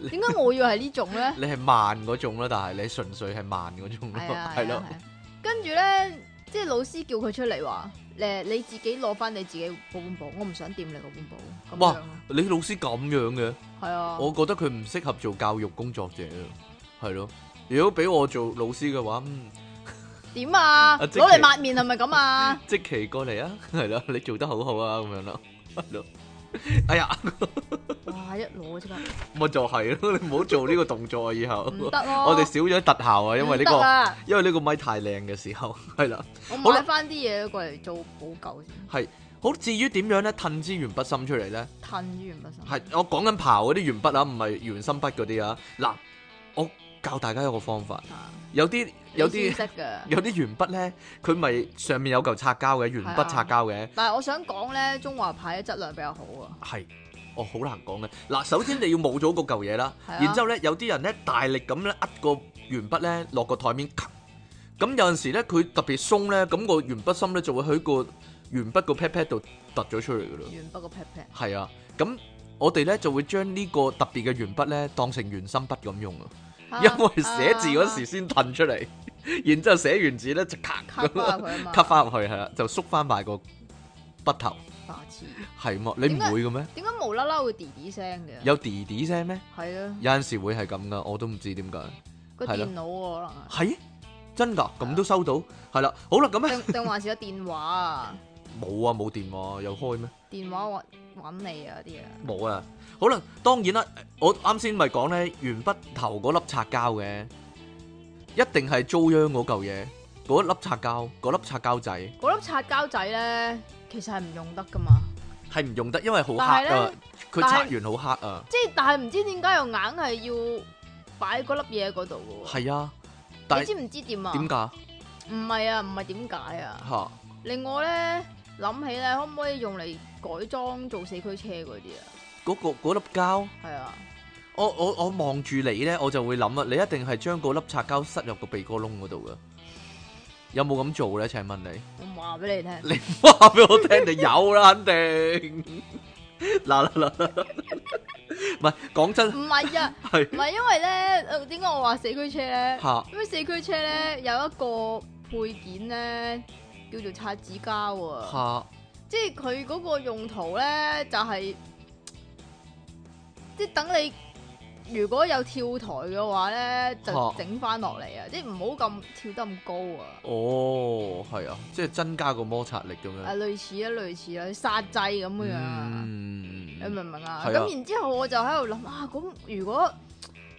點解我要係呢種 咧？你係慢嗰種啦，但係你純粹係慢嗰種咯，係啊，係咯啊。。啊跟住咧，即係老師叫佢出嚟話：誒，你自己攞翻你自己嗰本簿，我唔想掂你嗰本簿。咁哇樣咯，你老師咁樣嘅，係啊，我覺得佢唔適合做教育工作者啊，係咯。如果俾我做老師嘅話，嗯，點啊？阿即攞其嚟抹面係咪咁 啊？即期過嚟啊，係咯，你做得好好啊，咁樣咯，係咯。哎呀！ 哇！一攞即刻咪就係咯， 你唔好做呢個動作啊！以後唔得咯。我哋少咗特效啊，因為呢、唔得個啊因為呢個咪太靚嘅時候 係啦，我好啦買翻啲嘢過嚟做補救先，係好至於點樣咧？褪支鉛筆芯出嚟咧，褪咗完筆芯。係我講緊刨嗰啲鉛筆啊，唔係鉛心筆嗰啲啊。嗱，我教大家一個方法，啊有啲有你啲先識嘅。有啲鉛筆咧，佢咪上面有嚿擦膠嘅鉛係筆啊擦膠嘅，但係我想講咧，中華牌嘅質量比較好啊。係我好難講嘅。嗱，首先你要冇咗嗰嚿嘢啦。係啊然之後咧，有啲人咧大力咁咧呃個鉛筆咧落個台面，咔咁有陣時咧佢特別鬆咧，咁個鉛筆芯咧就會喺個鉛筆個 pat pat 度突咗出嚟噶啦。鉛筆個 pat pat，係啊，咁我哋咧就會將呢個特別嘅鉛筆咧當成圓心筆咁用啊， 因為寫字嗰啊時先褪出嚟，然之後寫完字咧就咔吸咁翻啊佢啊嘛，吸翻入去係啦，就縮翻埋個筆頭白痴。係嘛？你唔點解會嘅咩？點解無啦啦會滴滴聲嘅？有滴滴聲咩？係啊。有陣時會係咁噶，我都唔知點解。個係咯電腦喎，可係真㗎，咁都收到，係啦，好啦，咁能咧 係定定還是有電話啊？冇啊，冇電話有開咩？電話揾揾你啊啲啊，冇啊，好啦，當然啦，我啱先咪講咧，鉛筆頭嗰粒擦膠嘅，一定係遭殃嗰嚿嘢，嗰粒擦膠，嗰粒擦膠仔嗰粒擦膠仔咧，其實係唔用得噶嘛，係唔用得，因為好黑但係啊呢，佢擦完好黑啊，即係但係唔知點解又硬係要擺嗰粒嘢喺嗰度嘅喎。係啊，但你係知唔知點啊？點㗎唔係啊，唔係點解啊？嚇？令我咧諗起咧，可唔可以用嚟改裝做四驅車嗰啲啊？嗰個嗰粒膠，係啊，我我我望住你咧，我就會諗啊，你一定係將嗰粒擦膠塞入個鼻哥窿嗰度㗎。有冇咁做咧？請問你？ 我話俾你聽。你話俾我聽，你有啦，肯定。嗱嗱嗱嗱嗱，唔係講真唔係啊，係唔係因為咧，呃點解我話四驅車咧？嚇因為四驅車咧有一個配件咧叫做擦紙膠喎，嚇即係佢嗰個用途咧就係、即係等你如果有跳台嘅話咧，就嚇整翻落嚟啊！即係唔好咁跳得咁高啊！哦，係啊，即係增加個摩擦力咁啊，樣。類似啊，類似啊，殺制咁樣啊，嗯你明唔明啊？係啊咁然之後我就喺度諗啊，咁如果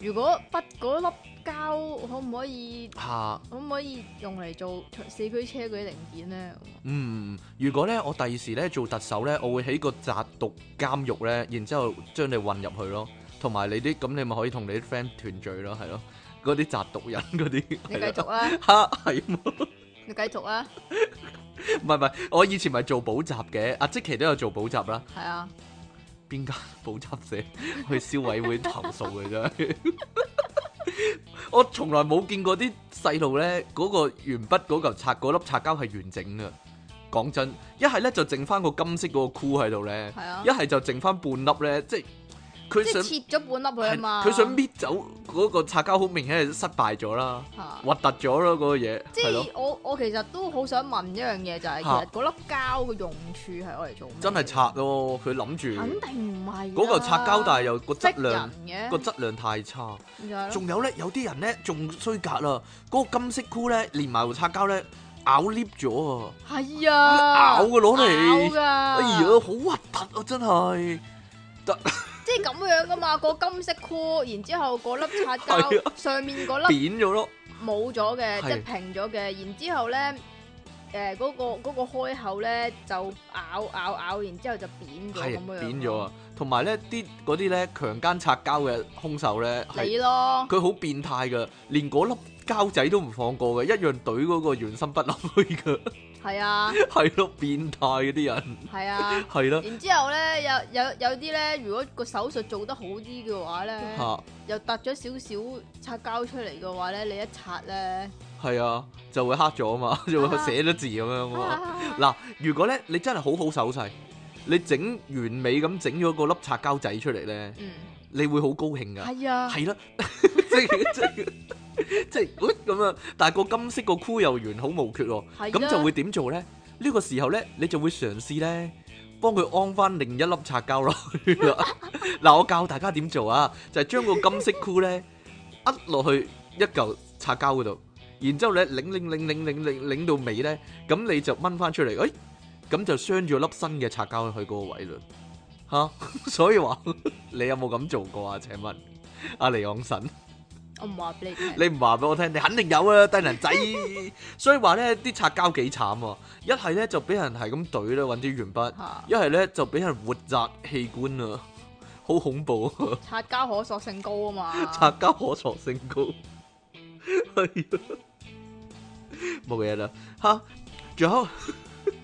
如果筆嗰粒膠可唔可以嚇可唔可以用嚟做四驅車嗰啲零件咧？嗯，如果咧我第時咧做特首咧，我會喺個緝毒監獄咧，然之後將你運入去咯，同埋你啲咁你咪可以同你啲 friend 團聚咯，係咯，嗰啲緝毒人嗰啲。 你繼續啦，嚇係啊你繼續啦，唔係唔係，我以前咪做補習嘅，阿即奇都有做補習啦。係啊，邊間補習社 去消委會投訴嘅啫？ 我從來冇見過啲細路咧，嗰、個鉛筆嗰嚿擦嗰粒擦膠係完整嘅。講真，一係咧就剩翻個金色嗰個箍喺度咧，係啊一，係就剩翻半粒咧，即係佢即想係切咗半粒佢啊係嘛，佢想搣走嗰個擦膠，好明顯係失敗咗啦，嚇核突咗咯嗰個嘢，啊即係咯，係我我其實都好想問一樣嘢，就係其嚇實嗰粒膠嘅用處係我嚟做咩？真係擦，咯，佢諗住肯定唔係嗰嚿擦膠，但係又個質識量人個嘅，質量太差。就係咯仲有咧，有啲人咧仲衰格啦，嗰、個金色箍咧連埋擦膠咧咬 lift 咗啊！係啊，咬㗎攞嚟咬㗎，哎呀，好核突啊，真係即係咁樣噶嘛，個金色箍，然之後嗰粒擦 係啊膠上面嗰粒扁咗咯，冇咗嘅，係即係平咗嘅，然之後咧。誒嗰、個嗰、個開口咧就咬咬咬，然之後就扁咗係咁樣。扁咗啊！同埋咧啲嗰啲咧強奸擦膠嘅兇手咧，你係咯，佢好變態噶，連嗰粒膠仔都唔放過嘅，一樣懟嗰個原心筆落去噶，係 啊，係咯，變態嗰啲人係啊。係咯然之後咧，有有有啲咧，如果個手術做得好啲嘅話咧，嚇，又突咗少少擦膠出嚟嘅話咧，你一擦咧，係啊，就會黑咗啊嘛，就會寫咗字咁樣啊嘛。啊嗱，如果咧你真係好好手勢，你整完美咁整咗個粒擦膠仔出嚟咧，嗯，你會好高興噶，係啊，係啦， 即係即係即係喂咁樣，但係個金色個箍又完好無缺喎，係咁啊就會點做咧？呢個時候咧，你就會嘗試咧幫佢安翻另一粒擦膠落去 啦。嗱，我教大家點做啊，就係將個金色箍咧呃落去一嚿擦膠嗰度，然之後咧擰擰擰擰擰擰擰到尾咧，咁你就掹翻出嚟，誒咁就傷咗粒新嘅擦膠去嗰個位啦。嚇， 所以話你有冇咁做過啊？請問阿尼昂神？我唔話俾你 聽。你唔話俾我聽，你肯定有啊，低能仔。所以話咧，啲擦膠幾慘喎，一係咧就俾人係咁懟啦，揾啲鉛筆；嚇一係咧就俾人活摘器官啊，好恐怖啊！擦膠可塑性高啊嘛，擦膠可塑性高，係啊冇嘢啦嚇。仲有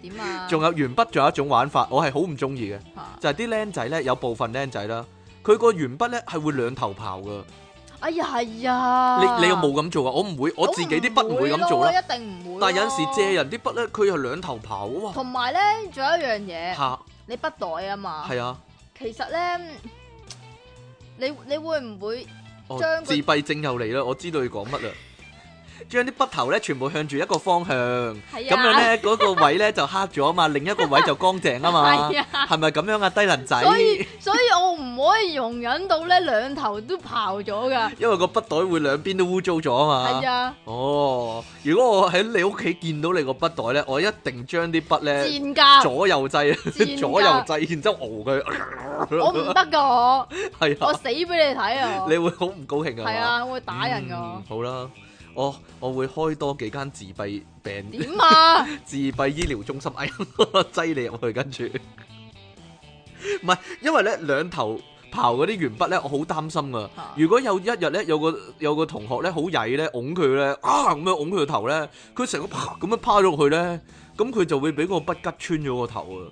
點啊？仲有鉛筆，仲有一種玩法，我係好唔中意嘅，嚇就係啲僆仔咧，有部分僆仔啦，佢個鉛筆咧係會兩頭刨噶。哎呀係啊！你你有冇咁做啊？我唔會，我自己啲筆唔會咁做啦我唔會。一定唔會。但有陣時借。人啲筆咧，佢係兩頭跑哇！同埋咧，仲有一樣嘢，嚇，你筆袋啊嘛。係啊，其實咧，你你會唔會哦將，自個閉症又嚟啦，我知道佢講乜啦。將啲筆頭咧全部向住一個方向，咁係啊？樣咧嗰個位咧就黑咗啊嘛，另一個位就乾淨啊嘛， 係啊。係咪咁樣啊，低能仔？所以所以我唔可以容忍到咧兩頭都刨咗㗎。 因為個筆袋會兩邊都污糟咗啊係嘛。啊，哦，如果我喺你屋企見到你個筆袋咧，我一定將啲筆咧賤㗎，左右掣賤，㗎 左右掣，然之後熬佢。我唔得㗎我， 係我啊，死俾你睇 啊！你會好唔高興啊我嘛？係啊，我會打人㗎嗯我。好啦，我我會開多幾間自閉病點啊？ 自閉醫療中心，哎呀，擠你入去，跟住唔係因為咧兩頭刨嗰啲鉛筆咧，我好擔心啊！嚇如果有一日咧，有個有個同學咧好曳咧，擁佢咧啊咁樣擁佢個頭咧，佢成個啪咁樣趴咗落去咧，咁佢就會俾個筆吉穿咗個頭啊！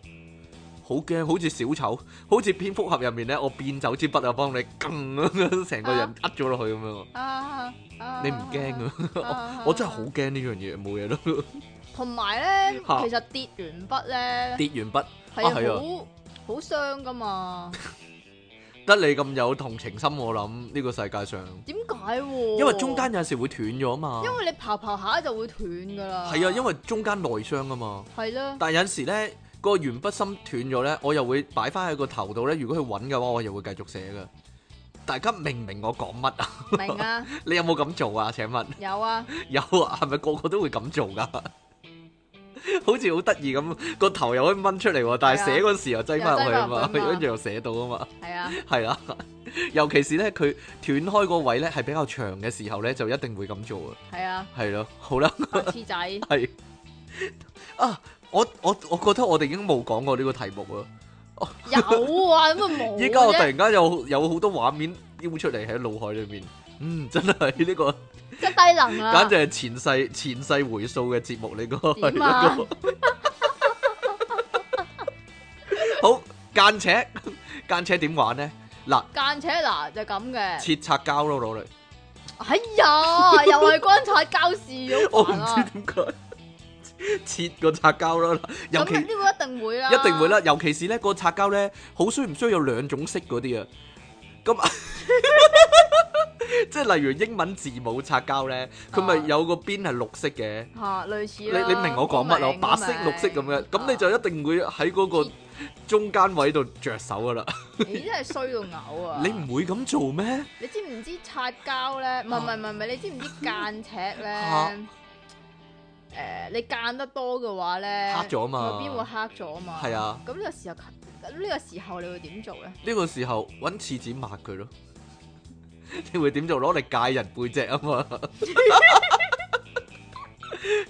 好驚，好似小丑，好似蝙蝠俠入面咧，我變走支筆啊，幫你 撳咁樣，成個人呃咗落去咁樣啊。啊啊你唔驚啊？啊我真係好驚呢樣嘢，冇嘢 咯。同埋咧，嚇其實跌完筆咧跌完筆，啊係係好好傷噶嘛？得你咁有同情心，我諗呢個世界上，點解喎？因為中間有時會斷咗啊嘛。因為你刨刨下就會斷噶啦。係啊，因為中間內傷啊嘛。係 啦，但有陣時咧，個鉛筆芯斷咗咧，我又會擺翻喺個頭度咧。如果佢揾嘅話，我又會繼續寫噶。大家明唔明我講乜啊？ 明啊，你有冇咁做啊？請問有啊，有啊？係咪個個都會咁做噶？ 好似好得意咁，個頭又可以掹出嚟喎，但係係啊寫嗰時又擠翻入去啊嘛，又擠返入去啊嘛跟住又寫到啊嘛， 係啊，係啦。尤其是咧，佢斷開個位咧係比較長嘅時候咧，就一定會咁做啊。係 啊，係咯，好啦。白痴仔系啊，我我我觉得我哋已經冇講過呢個題目啊！有啊，咁啊冇 依家我突啫，然間有有好多畫面飆出嚟喺腦海裏面，嗯，真係呢、個真低能啊！簡直係前世前世回溯嘅節目呢、個 點啊係一個 好間尺間尺點玩呢？嗱，間尺嗱就咁嘅。切擦膠咯，攞嚟，哎呀，又係關察交事 我好唔煩啊！知點解切個擦膠咯，尤咁啊其呢。個一定會啦，一定會。啦，尤其是咧個擦膠咧，好需唔需要有兩種色嗰啲啊？ 咁即係例如英文字母擦膠咧，佢啊咪有個邊係綠色嘅？嚇，類似你啦你明我講乜啦？明白色、綠色咁明嘅，咁你就一定會喺嗰個中間位度着手噶啦。 你真係衰到嘔啊！你唔會咁做咩？你知唔知擦膠咧？唔係唔係唔係唔係，你知唔知間尺嚇咧？誒，你間得多嘅話咧，黑咗啊嘛邊會黑咗啊嘛？係啊，咁呢個時候，咁呢個時候你會點做 咧？呢個時候揾廁紙抹佢咯。你會點做？攞嚟界人背脊啊 嘛！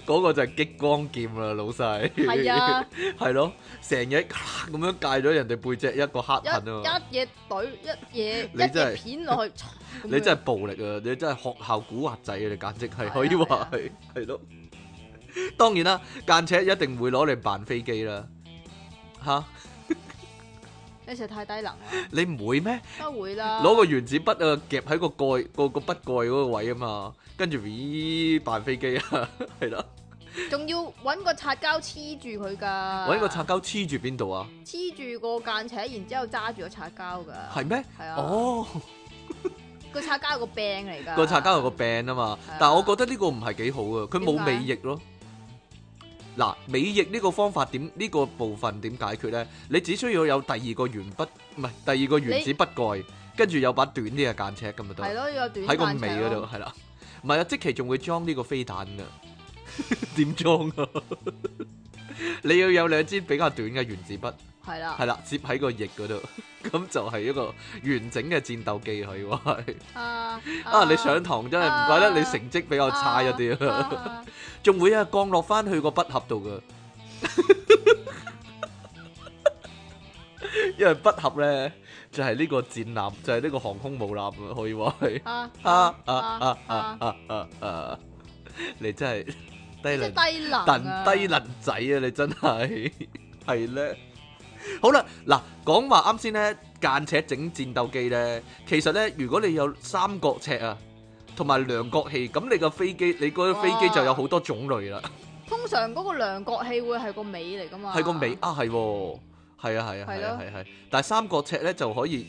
嗰個就係激光劍啦，老細。係啊，係咯，成 日咔咁樣戒咗人哋背脊一個黑一痕啊！一嘢懟一嘢 你一真係嘢片 落去，你真係暴力啊！你真係學校古惑仔啊！你簡直係可以係話啊係係咯。當然啦，間尺一定會攞嚟扮飛機啦。吓，你實在太低能啦，你唔會咩？都會啦。攞個原子筆啊，夾喺個蓋個個筆蓋嗰個位啊嘛，跟住咦扮飛機啊，係啦，仲要揾個擦膠黐住佢㗎，揾個擦膠黐住邊度啊？黐住個間尺，然之後揸住個擦膠㗎，係咩？係啊，哦。個擦膠有個柄嚟㗎，個擦膠有個病啊嘛係啊，但係我覺得呢個唔係幾好啊，佢冇尾翼咯。嗱，尾翼呢個方法點？呢個部分點解決咧？你只需要有第二個原筆，唔係第二個原子筆蓋，跟住有把短啲嘅間尺咁就得。係咯，要有短喺個間尺尾嗰度咯，係啦，唔係啊，即期仲會裝呢個飛彈噶， 點裝啊？ 你要有兩支比較短嘅原子筆，係啦係，啦，接喺個翼嗰度，咁就係一個完整嘅戰鬥機可以話係。啊啊！你上堂真係唔怪得你成績比較差一啲啊，啊仲會啊降落翻去個筆盒度噶， 因為筆盒咧就係呢個戰艦，就係呢個航空母艦啊，可以話係啊啊啊啊啊啊啊啊，啊啊啊！你真係低即能係低能但啊低能仔啊！你真 係係咧。好啦，嗱，講話啱先咧，間尺整戰鬥機咧，其實咧，如果你有三角尺啊，同埋量角器，咁你個飛機，你嗰個飛機哇就有好多種類啦。通常嗰個量角器會係個尾嚟㗎嘛，係個尾啊，係喎，係啊，係啊，係係啊，咯係係。但係三角尺咧就可以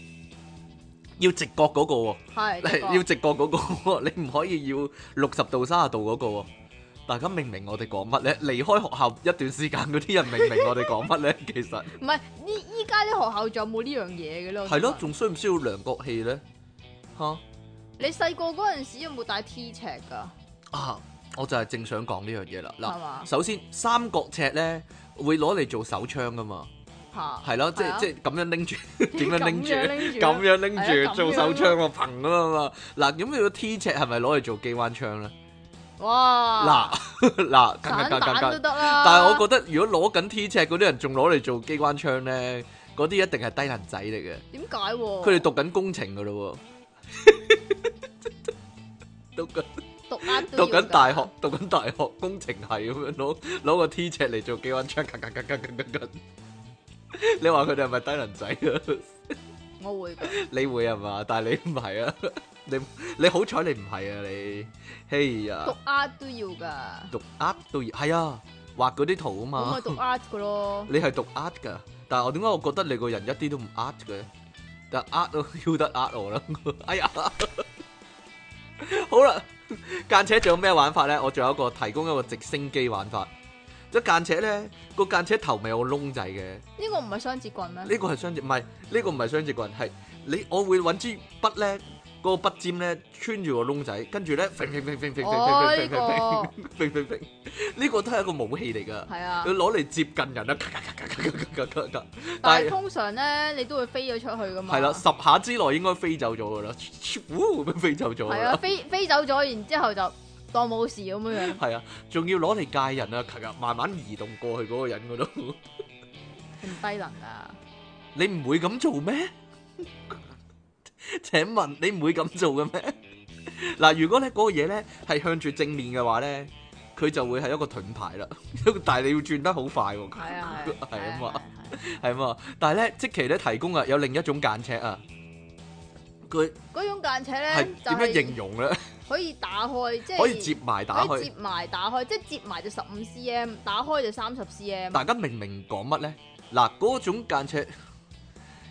要直角嗰個喎。係直角要直角嗰、個，你唔可以要六十度、三十度嗰、個喎。大家明唔明我哋講乜咧？離開學校一段時間嗰啲人明唔明我哋講乜 咧？其實唔係依依家啲學校仲有冇呢樣嘢嘅咧？我係咯想，問，仲需唔需要量角器咧？嚇你細個嗰陣時有冇帶 T 尺㗎？啊！我就係正想講呢樣嘢啦。係嘛嗱，首先三角尺咧會攞嚟做手槍噶嘛，嚇，係咯，即係啊即咁樣 拎住，點樣拎住？咁咁樣樣拎係住啊咁樣做手槍喎，砰咁啊嘛！嗱，咁你個 T 尺係咪攞嚟做機關槍咧？嗱 哇！嗱，散格格格格格彈都得啦。但係我覺得如果攞緊 T 尺嗰啲人仲攞嚟做機關槍咧，嗰啲一定係低能仔嚟嘅。點解喎？佢哋讀緊工程噶咯喎， 讀緊讀啱讀緊大學，讀緊大學工程系咁樣攞攞個 T 尺嚟做機關槍，咔咔咔咔咔咔咔你話佢哋係咪低能仔啊？ 我會㗎。你會係嘛？但係你唔係啊！ 你你好彩你唔係啊！你嘿讀呀， art 都要㗎，讀 art 都要係啊，畫嗰啲圖啊咁嘛咪。讀 art 㗎咯。你係讀 art 噶，但係我點解我覺得你個人一啲都唔 art 嘅？但 art 都要得 art 我啦， 哎呀，好啦，間尺仲有咩玩法咧？我仲有一個提供一個直升機玩法，即係間尺咧個間尺頭咪有個窿仔嘅，呢呢個唔係雙節棍咩？個係雙節，唔係呢個唔係雙節棍，係你我會揾支筆咧，嗰個筆尖咧穿住個窿仔，跟住咧，揈揈揈揈揈揈哦，揈呢揈揈個揈揈揈，呢個都係一個武器嚟㗎。係啊佢，攞嚟接近人啦，咔咔咔咔咔咔咔咔，但但係係通常咧，你都會飛咗出去㗎嘛。係啦，十下之內應該飛走咗噶啦，呼咁樣飛走咗噶係啊，啦，飛飛走咗，然之後就當冇事咁樣樣，係啊，仲要攞嚟界人啊，咔咔慢慢移動過去嗰個人嗰度， 唔低能啊！你唔會咁做咩？ 請問你唔會咁做嘅咩？嗱，如果咧嗰個嘢咧係向住正面嘅話咧，佢就會係一個盾牌啦， 但係你要轉得好快喎，係啊， 係啊嘛。係啊係嘛？但係咧，即期咧提供啊，有另一種間尺啊，佢嗰種間尺係咧，就點樣形係容咧？可以打開，即係可以接埋打可以開接，埋打開，即係接埋就十五 cm，打開就三十 cm。大家明唔明講乜咧？嗱，嗰種間尺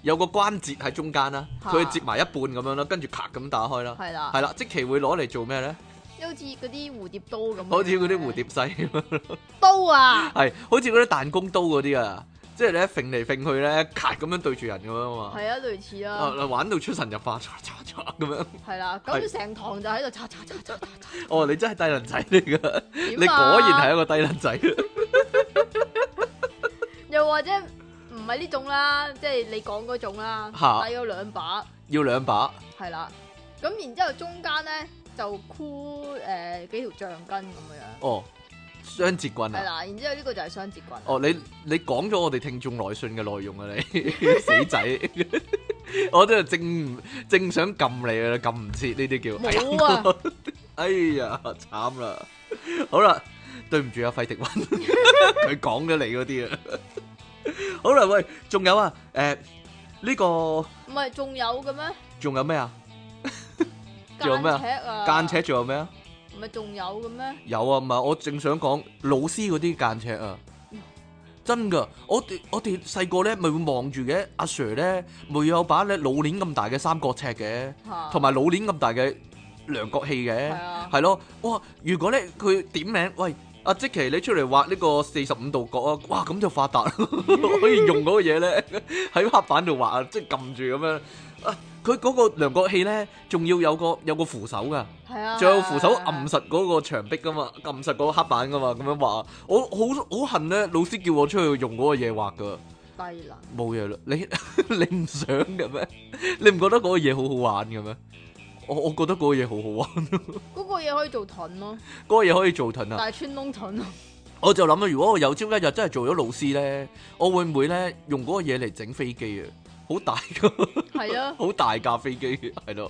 有個關節喺中間啦，嚇佢接埋一半咁樣啦，跟住咔咁打開啦，係啦，係啦，即期會攞嚟做咩咧？好似嗰啲蝴蝶刀咁。好似嗰啲蝴蝶掣咁樣，刀啊，係好似嗰啲彈弓刀嗰啲啊，即係咧揈嚟揈去咧，咔咁樣對住人咁樣啊嘛係啊，類似啊，啦，啊玩到出神入化，嚓嚓嚓咁樣。係啦，係咁成堂就喺度擦擦擦 擦擦擦，哦，你真係低能仔嚟㗎！你你果然係一個低能仔。又或者唔係呢種啦，即係你講嗰種啦，嚇帶有兩把要兩把，係啦，咁然之後中間咧就箍誒、呃、幾條橡筋咁樣，哦，雙節棍係啊，啦，然之後呢個就係雙節棍，哦，你你講咗我哋聽眾來信嘅內容啊，你 死仔， 我都係正正想撳你啊，撳唔切呢啲叫，冇啊， 哎呀，慘啦，好啦，對唔住啊，費迪 雲，佢講咗你嗰啲啊，好啦，喂，仲有啊，誒、呢、個 唔係仲有 嘅咩？仲有咩啊？仲有間咩啊尺啊，間尺仲有咩啊？唔係仲有嘅咩？有啊，唔係我正想講老師嗰啲間尺啊，真噶！我哋我哋細個咧咪會望住嘅，阿 Sir 咧咪有把咧老鏈咁大嘅三角尺嘅，嚇，同埋老鏈咁大嘅量角器係嘅，啊，係咯，哇！如果咧佢點名，喂阿即奇你出嚟畫呢個四十五度角啊，哇咁就發達 啦，可以用嗰個嘢咧 喺黑板度畫啊，即係撳住咁樣啊！佢嗰個量角器咧，仲要有個有個扶手噶。係啊，仲有扶手撳實嗰個牆壁噶嘛，撳實嗰個黑板噶嘛，咁樣畫。我好好恨咧，老師叫我出去用嗰個嘢畫噶，低能，冇嘢啦。你你唔想嘅咩？ 你唔覺得嗰個嘢好好玩嘅咩？我我覺得嗰個嘢好好玩， 嗰個嘢可以做盾咯，嗰個嘢可以做盾啊！但係穿窿 盾咯，我就諗啊，如果我有朝一日真係做咗老師咧，我會唔會咧用嗰個嘢嚟整飛機啊？好大 個，，係啊好大架飛機，係咯。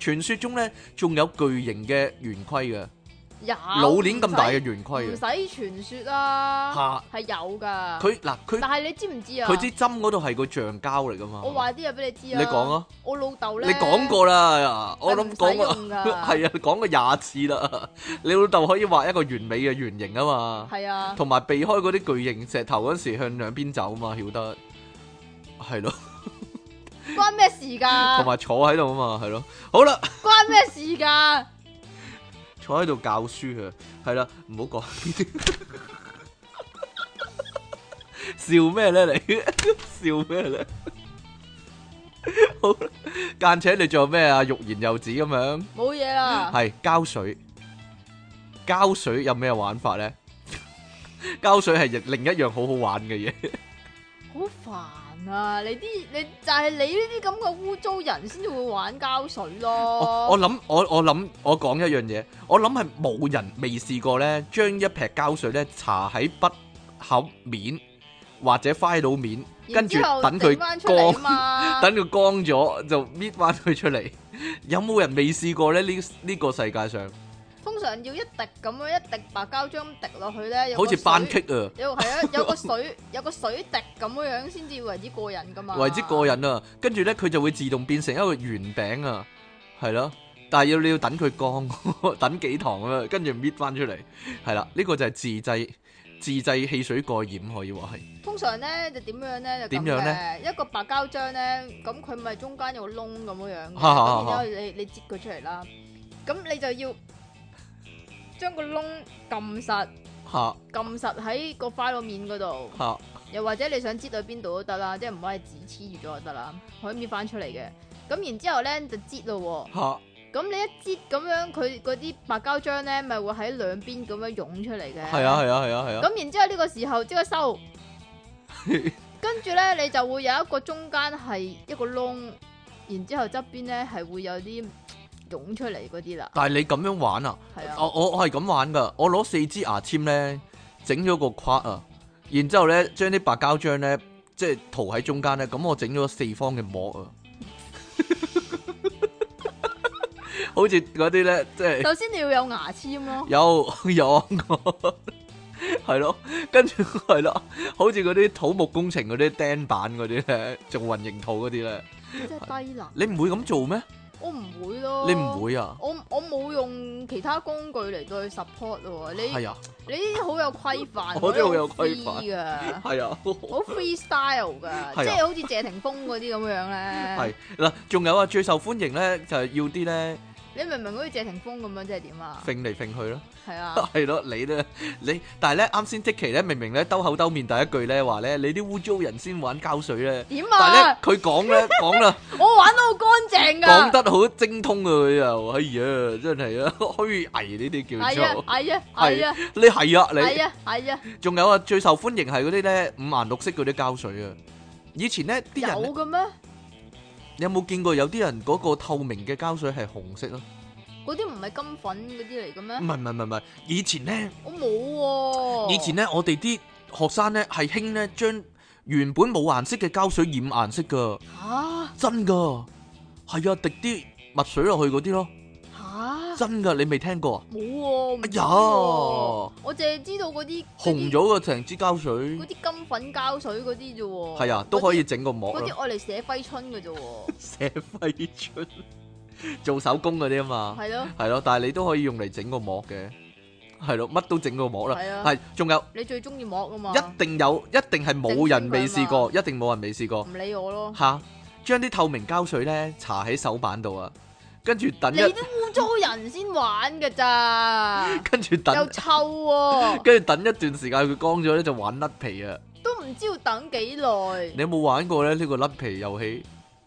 傳說中咧，仲有巨型嘅圓規嘅，有老鏈咁大嘅圓唔使規嘅唔使傳說啊，嚇。係有㗎，佢嗱佢但係你知唔知啊？佢支針嗰度係個橡膠嚟噶嘛？我話啲嘢俾你知啊，你講啊，我老豆你咧，講過啦，我諗講過係唔使用 㗎係啊，講過廿次啦。 你老豆可以畫一個完美嘅圓形啊嘛，係啊，同埋避開嗰啲巨型石頭嗰時向兩邊走啊嘛，曉得係咯，關咩事同㗎？埋坐喺度啊嘛，係咯，好啦，關咩事㗎？坐喺度教書啊，係啦，唔好講 呢啲。笑咩咧你？ 笑咩咧？好啦，間且你仲有咩啊？欲言又止咁樣。冇嘢啦，系膠水，膠水有咩玩法咧？膠水係另一樣好好玩嘅嘢，好煩啊！你啲你就係你呢啲咁嘅污糟人先至會玩膠水我我咯。諗我我諗我講一樣嘢，我諗係冇人未試過咧，將一劈膠水咧搽喺筆盒面，或者 file 面，跟住然之後等佢整返出嚟啊乾 嘛，等佢乾咗就搣翻佢出嚟。 有冇人未試過咧？呢呢個世界上通常要一滴咁樣一滴白膠漿咁滴落去咧，有好個似水班戟啊！有 係啊，有個水有個水滴咁樣樣先至為之過癮噶嘛，為之過癮啊！跟住咧，佢就會自動變成一個圓餅啊，係咯。但係要你要等佢乾， 等幾堂咁樣，跟住搣翻出嚟，係啦。呢個就係自製自製汽水蓋染，可以話係。通常咧就點樣咧就點咁樣嘅，一個白膠漿咧，咁佢咪中間有個窿咁樣樣嘅， 哈哈咁哈然之後你你擠佢出嚟啦，咁你就要將個窿撳實，嚇撳實喺個花露面嗰度，嚇又或者你想擠到邊度都得啦，即係唔可以紙黐住咗就得啦，可以搣翻出嚟嘅。咁然之後咧就擠咯嚇喎，咁你一擠咁樣，佢嗰啲白膠漿咧咪會喺兩邊咁樣湧出嚟嘅。係啊係啊係啊係啊！咁然之後呢個時候即刻 收，跟住咧你就會有一個中間係一個窿，然之後側邊咧係會有啲湧出嚟嗰啲啦，但係你咁樣玩啊！係啊，我我我係咁玩噶，我攞四支牙籤咧，整咗個框啊，然之後咧將啲白膠漿咧，即係塗喺中間咧，咁我整咗四方嘅膜啊，好似嗰啲咧，即係首先你要有牙籤 咯，有有我係咯，跟住係咯，好似嗰啲土木工程嗰啲釘板嗰啲咧，做混凝土嗰啲咧，即係低能，你唔會咁做咩？我唔會咯，你唔，會啊？我我冇用其他工具嚟對 support 喎，你係啊，你呢啲好有規 範，我都好有規範規範噶，係啊。好 freestyle 噶，係啊即係好似謝霆鋒嗰啲咁樣咧系，嗱，仲有啊，最受歡迎咧就係要啲咧你明唔明好似謝霆鋒咁樣即係點 啊？揈嚟揈去咯，係啊。係咯，你咧你，但係咧啱先即奇咧，明明咧兜口兜面第一句咧話咧，你啲污糟人先玩膠水咧，點但係咧啊！佢講咧講啦，我玩得好乾淨講噶，得好精通啊，佢又，哎呀，真係 啊，虛偽呢啲係叫啊做，係啊係啊你係啊你係。啊係啊，仲有啊，最受歡迎係嗰啲咧五顏六色嗰啲膠水啊，以前咧啲有人呢嘅咩？你有冇見過有啲人嗰個透明嘅膠水係紅色咯？嗰啲唔係金粉嗰啲嚟嘅唔咩？係唔係唔係唔係，以前咧。我冇喎。嗯以前咧，我哋啲學生咧係興咧將原本冇顏色嘅膠水染顏色噶，吓真噶，係啊，滴啲墨水落去嗰啲咯，吓真噶，你未聽過啊？冇喎。唔哎知呀，喎我淨係知道嗰啲嗰紅啲咗個成支膠水嗰，啲金粉膠水嗰啲啫喎。係啊，都可以嗰整個膜啲。嗰咯，啲愛嚟寫揮春嘅啫喎， 寫揮春，做手工嗰啲啊嘛，係咯，係咯，但係你都可以用嚟整個膜嘅，係咯，乜都整個膜啦，係啊係，仲有你最中意膜啊嘛，一定有，一定係冇人未試過，一定冇人未試過。唔理我咯。吓，將啲透明膠水咧搽喺手板度啊，跟住等你一，啲污糟人先玩嘅咋，跟住又等，臭喎。跟住等一段時間佢乾咗咧就玩甩皮啊！都唔知要等幾耐。你有冇玩過咧呢個甩皮遊戲？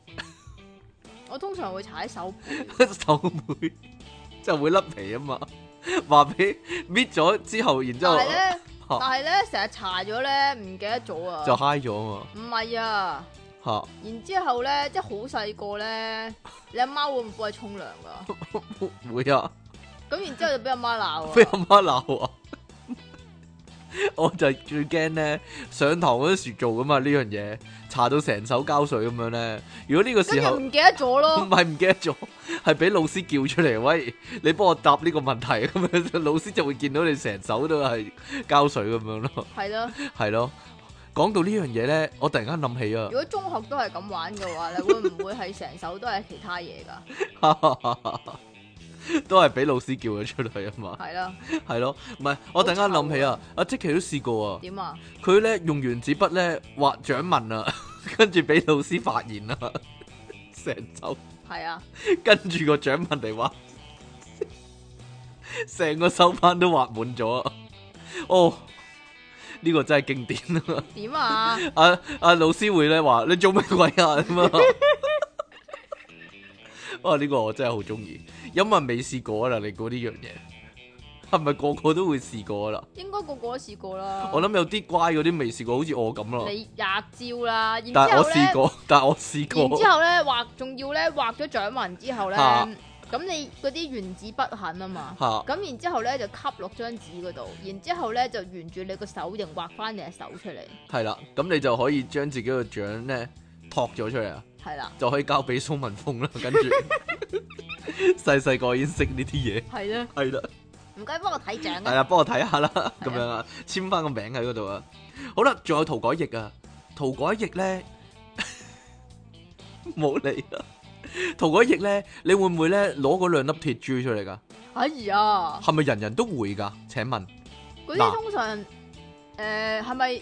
我通常會踩手背，手妹就會甩皮啊嘛，話俾搣咗之後，然之但後哦嚇係咧，但係咧，成日搽咗咧，唔記得咗啊。就嗨咗啊唔係啊，嘛然之後咧，即係好細個咧，你阿媽會唔會幫你沖涼噶？吓，會啊，咁然之後就俾阿媽俾鬧阿媽鬧啊！我就係最驚咧，上堂嗰陣時做噶嘛呢樣嘢，搽到成手膠水咁樣咧。如果呢個跟時住候嗯唔記得咗唔咯。係唔記得咗，係俾老師叫出嚟，喂，你幫我答呢個問題咁樣，老師就會見到你成手都係膠水咁樣咯，係咯，係咯。講到呢樣嘢咧，我突然間諗起啊 如，果中學都係咁玩嘅話，你會唔會係成手都係其他嘢㗎？都係俾老師叫咗出嚟啊嘛，係啦，係咯，唔係我突然間諗起啊，阿即奇都試過啊，點啊？佢咧用原子筆咧畫掌紋啊，跟住俾老師發現啊，成手。係啊，跟住個獎品嚟畫， 成個手板都畫滿咗。哦，呢、個真係經典啊！點啊？阿、啊、阿、老師會咧話：你做乜鬼啊？咁啊！ 哇！呢、個我真係好中意，因為未試過啦。你估呢樣嘢係咪個個都會試過啦？應該個個都試過啦。我諗有啲乖嗰啲未試過，好似我咁咯。你廿招啦，然之哦但係我後試咧。過，但係我試然過之。後咧畫，仲要咧畫咗掌紋之後咧，啊咁咁你嗰啲原子筆痕啊嘛，吓咁然之後咧就吸落張紙嗰度，然之後咧就沿住你個手型畫翻你隻手出嚟，係啦，咁你就可以將自己個獎咧托咗出嚟啊，係啦，就可以交俾蘇文峰啦。 跟住細細個已經識呢啲嘢，係啦，係啦，唔該幫我睇獎係啊，啦，幫我睇下啦， 咁樣啊，簽翻個名喺嗰度啊。好啦，仲有塗改液啊，塗改液咧 冇理啦。塗改液咧，你會唔會咧攞嗰兩粒鐵珠出嚟㗎？哎呀！係咪人人都會㗎？請問？嗰嗱啲通常誒係咪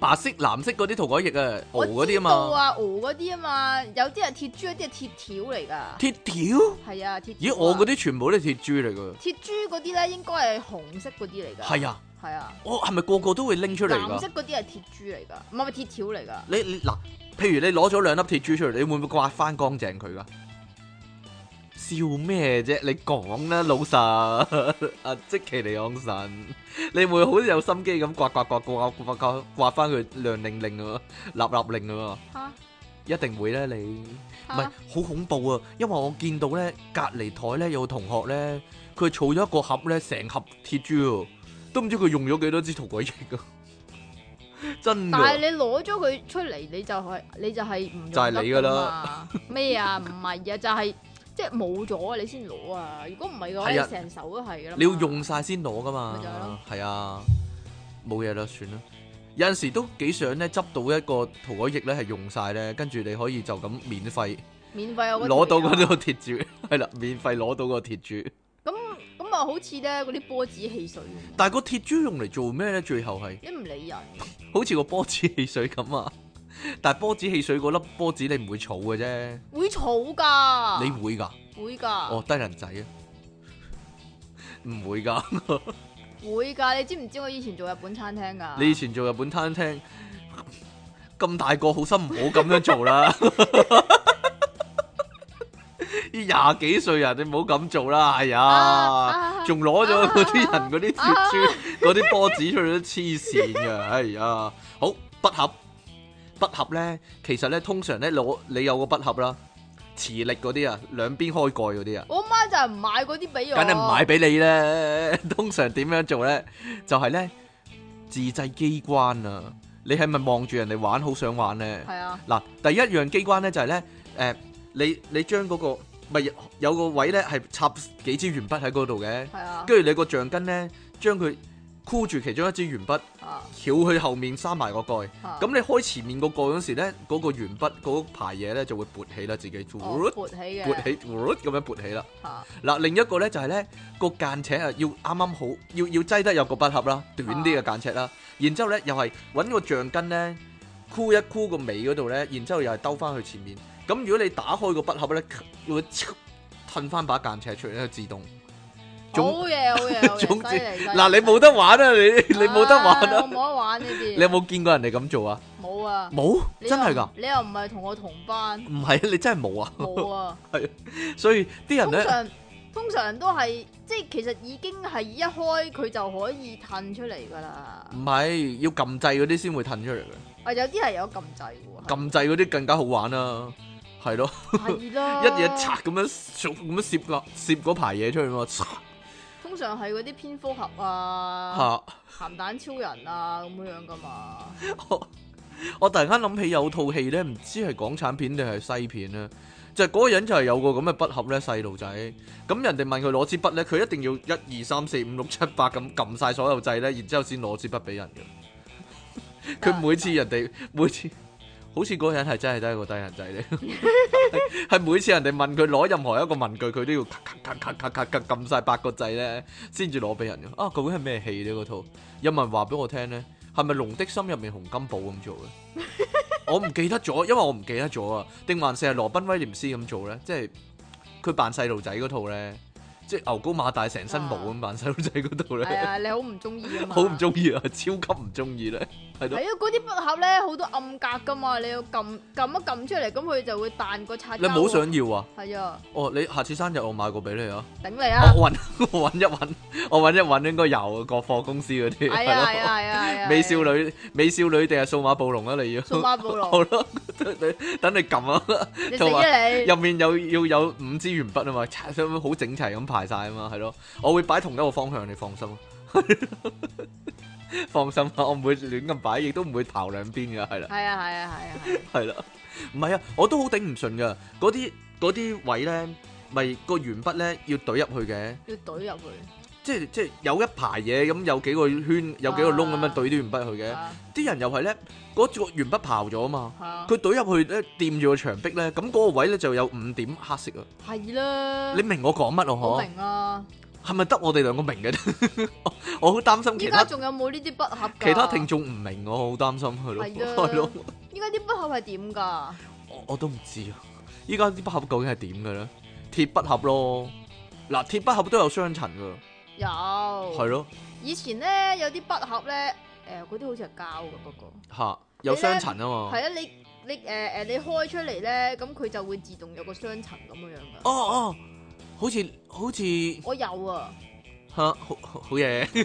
白色、藍色嗰啲塗改液啊，熬嗰啲啊我知道嘛，啊，熬嗰啲啊嘛，有啲係鐵珠，有啲係鐵條嚟㗎。鐵條？係啊，鐵條咦，啊。我嗰啲全部都係鐵珠嚟噶，鐵珠啊嗰啲咧，應該係紅色嗰啲嚟㗎。係，啊，係啊，我係咪個個都會拎出嚟藍色㗎？嗰啲係鐵珠嚟㗎，唔係唔係鐵條嚟㗎。你你嗱，譬如你攞咗兩粒鐵珠出嚟，你會唔會刮翻乾淨佢㗎？笑咩啫？你講啦，老實， 阿即其尼昂神，你會好有心機咁刮刮刮刮刮刮刮翻佢亮令令啊，立立令啊，嚇一定會咧你。唔係嚇好恐怖啊！因為我見到咧隔離台咧有個同學咧，佢儲咗一個盒咧，成盒鐵珠喎，都唔知佢用咗幾多支塗改液啊！ 真但係㗎，你攞咗佢出嚟，你就係你就係唔就係你㗎啦。咩啊？唔係啊，就係即係冇咗你先攞啊！如果唔係嘅話，係啊你成手都係㗎啦。你要用晒先攞噶嘛咪就係咯？係啊，冇嘢啦，算啦。有陣時都幾想咧執到一個塗改液咧係用晒咧，跟住你可以就咁免費免費有攞到嗰啊嗰個鐵珠， 係啦，免費攞到個鐵珠。咁咁啊，好似咧嗰啲波子汽水咁，但係個鐵珠用嚟做咩咧？最後係。你唔理人嘅，好似個波子汽水咁啊！但係波子汽水嗰粒波子你唔會儲嘅啫，會儲噶，你會㗎？會噶，哦，低能仔啊！唔會㗎！會噶，你知唔知我以前做日本餐廳噶？你以前做日本餐廳咁大個，好心唔好咁樣做啦！ 依廿幾歲人，你唔好咁做啦！哎啊呀，啊，仲攞咗嗰啲人嗰啲鐵珠、嗰啲波子出嚟都黐線嘅，哎呀！好筆盒，筆盒咧，其實咧通常咧攞你有個筆盒啦，磁力嗰啲啊，兩邊開蓋嗰啲啊，我媽就係唔買嗰啲俾我，梗係唔買俾你咧。 通常點樣做咧？就係咧自製機關啊！你係咪望住人哋玩，好想玩咧？係啊，嗱，第一樣機關咧就係、咧，誒、你你將嗰、個咪有個位咧係插幾支鉛筆喺嗰度嘅。係啊，跟住你個橡筋咧，將佢箍住其中一支鉛筆，啊翹去後面閂埋個蓋。啊咁你開前面個蓋嗰時咧，嗰、個鉛筆嗰排嘢咧就會勃起啦，自己哦勃勃起嘅，啊起勃咁樣勃起啦。嚇嗱，另一個咧就係咧個間尺啊，要啱啱好，要要擠得有個筆盒啦，短啲嘅間尺啦。然之後咧又係揾個橡筋咧箍一箍個尾嗰度咧，然之後又係兜翻去前面。咁如果你打開個筆盒咧，會褪翻把間尺出嚟咧，自動。好總嘢好嘢，好 嘢總之犀利犀利嗱，你冇得玩啊！你你冇得玩唉我啊！冇得玩呢啲，你有冇見過人哋咁做啊？冇啊？冇，你又真係㗎，你又唔係同我同 班，唔係你真係冇啊！冇啊。所以啲人通咧常通常都係即係其實已經係一開佢就可以褪出嚟噶啦，唔係要撳掣嗰啲先會褪出嚟嘅，啊有啲係有撳掣嘅喎，撳掣嗰啲更加好玩啦，係咯，係 啦，一嘢拆咁樣咁樣攝個攝嗰排嘢出去嘛，通常係嗰啲蝙蝠俠啊、嚇！鹹蛋超人啊咁樣噶 嘛，我我突然間諗起有套戲咧，唔知係港產片定係西片咧，就係嗰個人就係有個咁嘅筆盒咧，細路仔。咁人哋問佢攞支筆咧，佢一定要一二三四五六七八咁撳晒所有掣咧，然之後先攞支筆俾人嘅。佢每次人哋每次。好似嗰個人係真係得一個低人仔嚟， 係每次人哋問佢攞任何一個文具，佢都要咔咔咔咔咔咔撳晒八個掣咧，先至攞俾人嘅。啊，究竟係咩戲呢？嗰套有冇人話俾我聽咧？係咪《龍的心》入面洪金寶咁做嘅？ 我唔記得咗，因為我唔記得咗啊。定還是係羅賓威廉斯咁做咧？即係佢扮細路仔嗰套咧，即係牛高馬大成身毛咁扮細路仔嗰套 係咧，啊，你好唔中意啊嘛，好唔中意啊，超級唔中意咧，係係咯。啊，嗰啲筆盒咧好多暗格噶嘛，你要撳撳一撳出嚟，咁佢就會彈個擦膠你唔好想要啊！係啊，哦，你下次生日我買個俾你啊！頂你啊！我揾 我揾一揾，我揾一揾應該有啊國貨公司嗰啲係啊係係啊係啊係啊！係咯，啊美少，女美少女定係數碼暴龍啊？你要數碼暴 龍好咯，你等你撳啊，你死就話啦你！入面有要有五支鉛筆啊嘛，擦上好整齊咁排晒啊嘛，係咯，我會擺同一個方向，你放心啊， 放心啊，我唔會亂咁擺，亦都唔會刨兩邊嘅，係啦。係啊係啊係啊係啊，係啦，唔係啊，我都好頂唔順噶，嗰啲嗰啲位咧，咪個鉛筆咧要懟入去嘅，要懟入去。即係即係有一排嘢咁，有幾個圈，有幾個窿咁樣懟啲鉛筆去嘅，啊啲人又係咧，嗰個鉛筆刨咗啊嘛，係啊佢懟入去咧，掂住個牆壁咧，咁嗰個位咧就有五點黑色啊，係啦。你明我講乜我咯？明啊！嗬，係咪得我哋兩個明嘅？ 我好擔心依其家他仲有冇呢啲筆盒㗎？其他聽眾唔明，我好擔心佢咯，係 啊係咯。依家啲筆盒係點㗎？我我都唔知啊！依家啲筆盒究竟係點嘅咧？鐵筆盒咯，嗱，鐵筆盒都有雙層噶，有係係咯，以前咧有啲筆盒咧，誒嗰啲好似係膠嘅，不過吓有雙層啊嘛。係啊，你你誒誒、你開出嚟咧，咁佢就會自動有個雙層咁樣樣㗎。哦哦，好似好似我有啊，吓好好好嘢， 你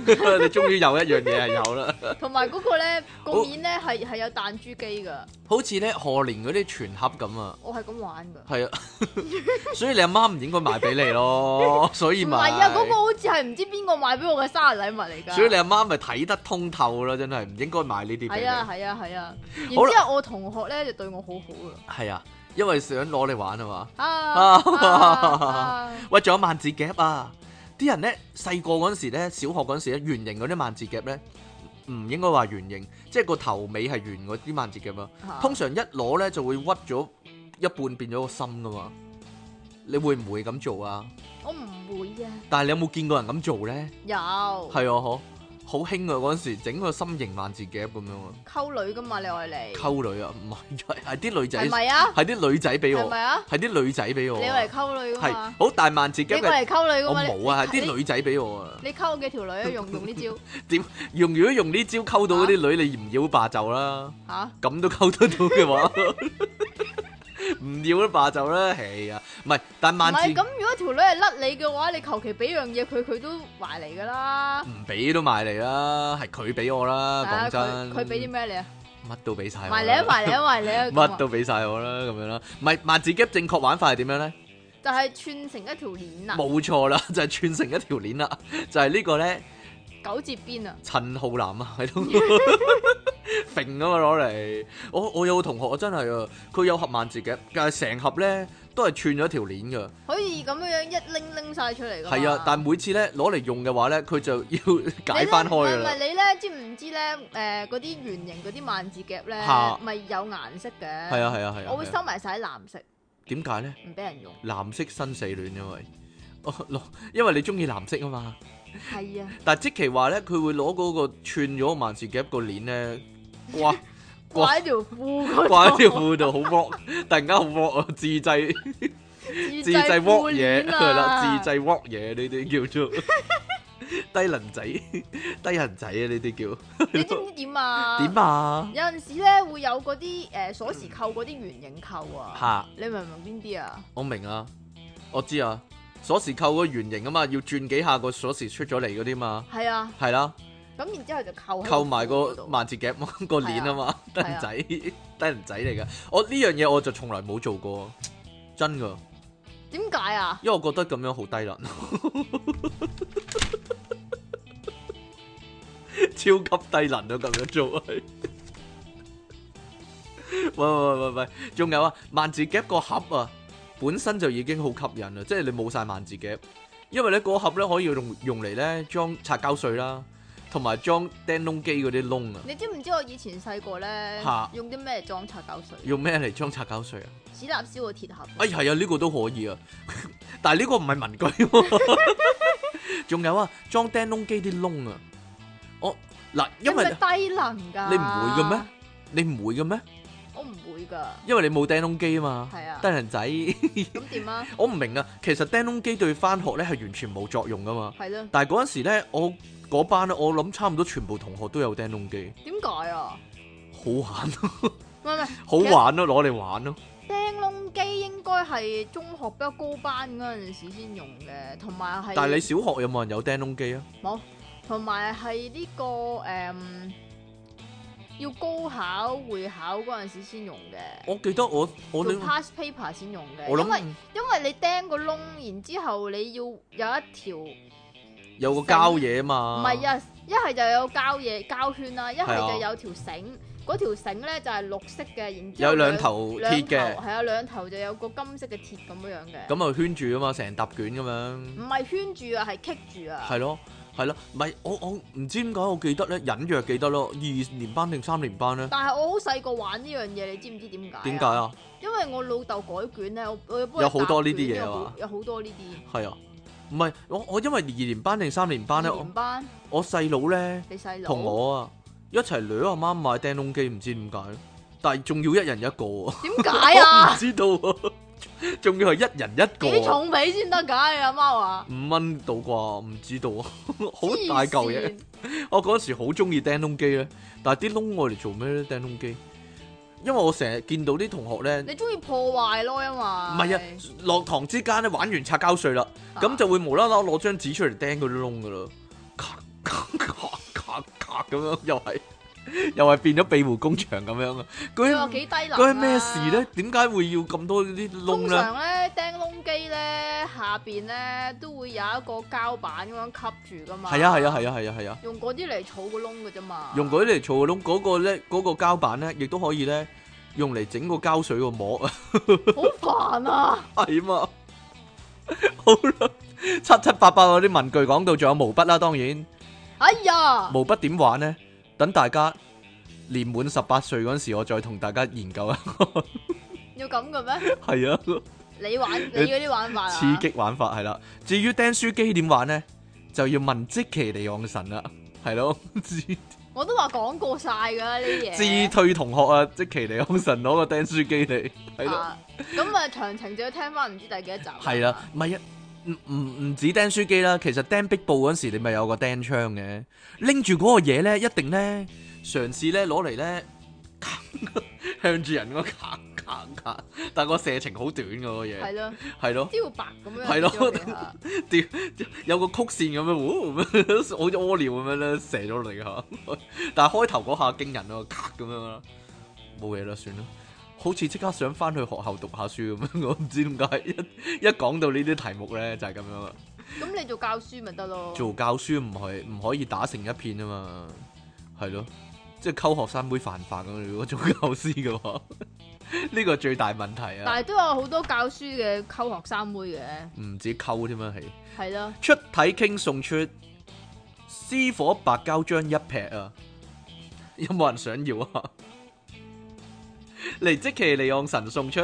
終於有一樣嘢係有啦。同埋嗰 個咧個我面咧係係有彈珠機㗎，好似咧賀年嗰啲全盒咁啊，我係咁玩㗎。係啊， 所以你阿媽唔應該買俾你咯，所以唔咪係啊，嗰、個好似係唔知邊個買俾我嘅生日禮物嚟㗎。所以你阿媽咪睇得通透啦，真係唔應該買呢啲俾係你。啊係啊係啊，然好啦之後我同學咧就對我好好係啊，因為想攞你玩啊嘛。啊啊啊啊喂，仲有萬字夾啊！啲人咧細個嗰陣時咧，小學嗰陣時咧，圓形嗰啲萬字夾咧，唔應該話圓形，即係個頭尾係圓嗰啲萬字夾啊。啊！通常一攞咧就會屈咗一半變咗個心噶嘛。你會唔會咁做啊？我唔會啊，但係你有冇見過人咁做咧？係有啊，嗬，好興啊！嗰陣時整個心形萬字夾咁樣啊，溝女㗎嘛，你愛嚟溝女啊，唔係係啲女仔係，咪啊？係啲女仔俾係我，咪啊？係啲女仔俾我你啊，嚟溝女噶係嘛？好大萬字你夾過咪，嚟溝女我噶嘛？你冇啊，係你啲女仔俾我啊。你溝幾條女啊？用用呢 招用如果用呢招溝到嗰啊啲女，你唔要霸就啦，吓？咁都溝得到嘅話， 唔要都霸就啦，係啊，唔係，但唔萬字係咁，如果條女係甩你嘅話，你求其俾樣嘢佢，佢都埋嚟噶啦。唔俾都埋嚟啦，係佢俾我啦，係啊講真，佢佢俾啲咩你啊？乜都俾晒我埋嚟啊！啦，埋 嚟啊！埋嚟啊！咁啊乜都俾晒我啦，咁樣啦，唔係萬字夾正確玩法係點樣咧？就係串成一條鏈啊，冇錯啦，就係串成一條鏈啦，就係呢個咧。九節邊啊，陳浩南啊， 喺度揈啊嘛攞嚟。我我有個同學真係啊，佢有盒萬字夾，但係成盒咧都係串咗條鏈噶。可以咁樣樣一拎拎晒出嚟噶。係啊，但每次咧攞嚟用嘅話咧，佢就 要解翻開噶你呢唔係唔啦。係你咧，知唔知咧？誒嗰啲圓形嗰啲萬字夾咧嚇，咪有顏色嘅。係啊係啊係啊。我會係啊收埋晒喺藍色，點解咧？唔俾人用。藍色生死戀因為。 哦，攞因為你中意藍色啊嘛，係啊，但係即其話咧，佢會攞嗰個串咗個萬字夾個鏈咧， 掛掛喺條褲嗰度。掛喺條褲度，好 rock，突然間好 rock 啊，自製。 自製 work 嘢係啦，自製 work 嘢呢啲叫做 低能仔、 低能仔啊！呢啲你知唔知點啊？叫點啊？有陣時咧會有嗰啲誒鎖匙扣嗰啲圓形扣啊，吓，你明唔明邊啲啊？我明啊，我知啊，鎖匙扣個圓形啊嘛，要轉幾下個鎖匙出咗嚟嗰啲嘛，係啊，係啦，咁然之後就扣喺扣埋褲嗰個度萬字夾個鏈啊嘛， 低係啊能仔， 低能仔嚟噶。我呢樣嘢我就從來冇做過，真噶，點解啊？因為我覺得咁樣好低能， 超級低能啊！咁樣做係。喂喂喂喂，仲有啊，萬字夾個盒啊，本身就已經好吸引啦，即係你冇晒萬字夾，因為咧嗰個盒咧可以用用嚟咧裝擦膠水啦，同埋裝釘窿機嗰啲窿啊。你知唔知我以前細個咧嚇用啲咩裝擦膠水？用咩嚟裝擦膠水啊？史立燒個鐵盒，哎係啊，呢、個都可以啊， 但係呢個唔係文 具喎。仲有啊，裝釘窿機啲窿啊，我嗱，因為係咪低能㗎？你唔會嘅咩？你唔會嘅咩？我唔會㗎，因為你冇釘窿機啊嘛，係啊低。人仔， 咁點啊？我唔明啊。其實釘窿機對翻學咧係完全冇作用噶嘛。係咯，但係嗰陣時咧，我嗰班咧，我諗差唔多全部同學都有釘窿機，點解啊？好玩，唔係唔係， 好玩咯，攞嚟玩咯。釘窿機應該係中學比較高班嗰陣時先用嘅，同埋係。但係你小學有冇人有釘窿機啊？同埋係呢個誒、嗯要高考會考嗰陣時先用嘅，我記得我我做諗 past paper 先用嘅，我因為諗因為你釘個窿，然之後你要有一條，唔有個膠嘢嘛，係，啊，一係就有膠嘢膠圈啦，一係啊係就有條繩，嗰條繩咧就係綠色嘅，然之後有兩頭兩鐵嘅，係啊，兩頭就有個金色嘅鐵咁樣樣嘅，咁啊圈住啊嘛，成沓卷咁樣。唔係圈住啊，係棘住啊，係咯，係咯，唔係我我唔知點解我記得咧，隱約記得咯，二年班定三年班咧？但係我好細個玩呢樣嘢，你知唔知點解？點解？啊？因為我老豆改卷咧，我我幫佢有好多呢啲嘢搭卷有啊好嘛有好多呢啲。係啊，唔係我我因為二年班定三年班咧，二我年班我細佬咧你嗯細佬同我啊一齊掠阿媽買釘窿機，唔知點解，但係仲要一人一個喎，點解 我唔啊？知道喎，仲要係一人一個幾喎，重俾先得㗎？你阿媽話五蚊到啩，唔知道啊， 好大嚿嘢。黐線我嗰時好中意釘窿機咧，但係啲窿我嚟做咩咧？釘窿機，因為我成日見到啲同學咧，你中意破壞咯，因為唔唔係啊，落堂之間咧玩完擦膠碎啦，咁就會無啦啦攞張紙出嚟釘嗰啲窿噶啦，咔咔咔咔咔咁樣，又係 又係變咗庇護工場咁樣啊！你話嗰啲幾低能啊嗰啲咩事咧？？點解會要咁多呢啲窿通咧？常咧釘窿機咧下邊咧都會有一個膠板咁樣吸住㗎嘛。係啊係啊係啊係啊係啊！用嗰啲嚟儲個窿㗎啫嘛。用嗰啲嚟做個窿，嗰、個咧嗰、個膠板咧，亦都可以咧用嚟整個膠水個膜啊！好煩啊！系嘛？ 好啦，七七八八嗰啲文具講到，仲有毛筆啦，當然哎呀， 毛筆點玩呢？等大家年滿十八歲嗰陣時，我再同大家研究啊。 要咁嘅咩？係啊，你玩你嗰啲玩法啊？刺激玩法係啦。至於釘書機點玩呢？就要問即其利昂神啦，係咯， 自我都話講過晒㗎啦呢啲自嘢。退同學啊，即其利昂神攞個釘書機嚟，係咯。啊咁啊，詳情就要聽翻唔知第幾多集。係啦，，唔係啊，唔唔唔止釘書機啦，其實釘壁布嗰時你咪有個釘槍嘅，拎住嗰個嘢咧，一定咧嘗試咧攞嚟咧 向住人嗰咔咔咔，但係個射程好短嘅嗰個嘢，係咯，係咯，招白咁樣。係咯叫你啊有個曲線咁樣，嗚咁樣 好似屙尿咁樣咧射咗落嚟嚇， 但係開頭嗰下驚人咯，咔咁樣啦，冇嘢啦，算啦。好似即刻想翻去學校讀下書咁樣，我唔知點解一一講到呢啲題目咧就係咁樣啦。咁你做教書咪得 咯？做教書唔係唔可以打成一片啊嘛，係咯，即係溝學生妹犯法咁。如果做教師嘅話， 呢個最大問題但啊！係都有好多教書嘅溝學生妹嘅，唔止溝添啊，係係咯。出體傾送出私火白膠漿一劈啊！ 有冇人想要啊？ 嚟即其利昂神送出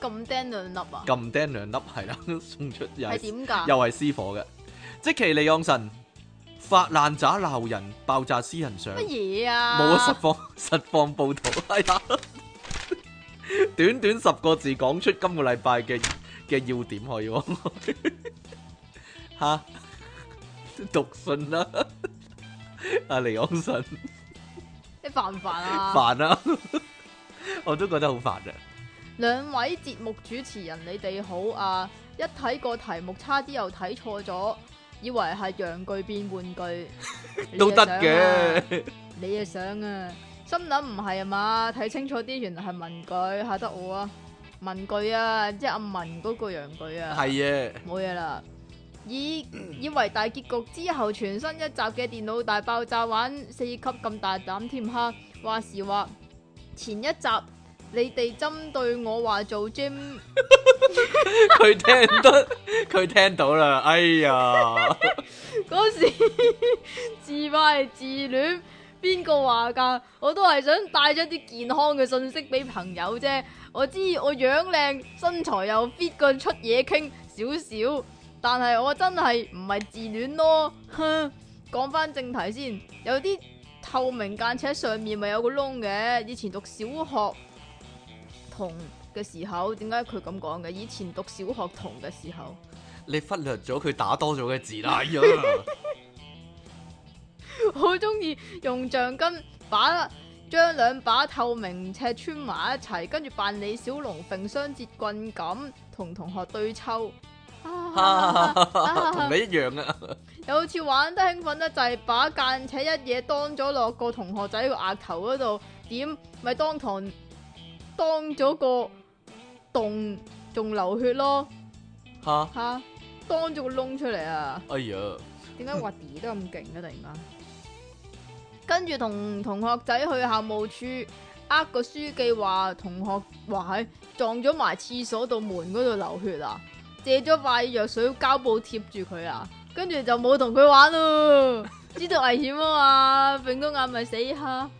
咁釘兩粒啊？撳釘兩粒係啦， 送出又係係點啊㗎？又係私火嘅，即其利昂神發爛渣鬧人，爆炸私人相乜。嘢啊？冇啊！實況 實況報道， 哎呀，短短十個字講出今個禮拜嘅嘅要點可以喎， 吓讀信啦， 阿尼昂神你煩唔煩 啊？煩啊，我都覺得好煩啊，兩位節目主持人，你哋好啊！一睇個題目，差啲又睇錯咗，以為係陽具變玩具，你都啊得想啊嘅，你啊想啊，心諗唔係啊嘛，睇清楚啲，原來係文具，嚇得我啊！文具啊，即係阿文嗰個陽具 啊，係啊，冇嘢啦。以以為大結局之後，全新一集嘅電腦大爆炸玩四級咁大膽添哈！話時話前一集你哋針對我話做 gym，佢聽得 佢聽到啦，哎 呀，嗰時 自拍係自戀，邊個話㗎？我都係想帶咗啲健康嘅信息俾朋友啫。我知我樣靚，身材又 fit 個出嘢傾少少，但係我真係唔係自戀咯。 哼，講翻正題先，有啲透明間尺上面咪有個窿嘅。以前讀小學童嘅時候，點解佢咁講嘅？以前讀小學童嘅時候。你忽略咗佢打多咗嘅字啦，哎 呀，好中意用橡筋把將兩把透明尺穿埋一齊，跟住扮李小龍揈雙截棍咁，同同學對抽。同你一樣啊！有次玩得興奮得滯，把間尺一嘢當咗落個同學仔個額頭嗰度，點咪當堂當咗個洞，仲流血咯吓，吓、當咗個窿出嚟啊！哎呀，點解滑啲都咁勁嘅突然間？跟住同同學仔去校務處，呃個書記話同學話係撞咗埋廁所度門嗰度流血啊，借咗塊藥水膠布貼住佢啊，跟住就冇同佢玩 咯，知道危險啊嘛，永都眼咪死下。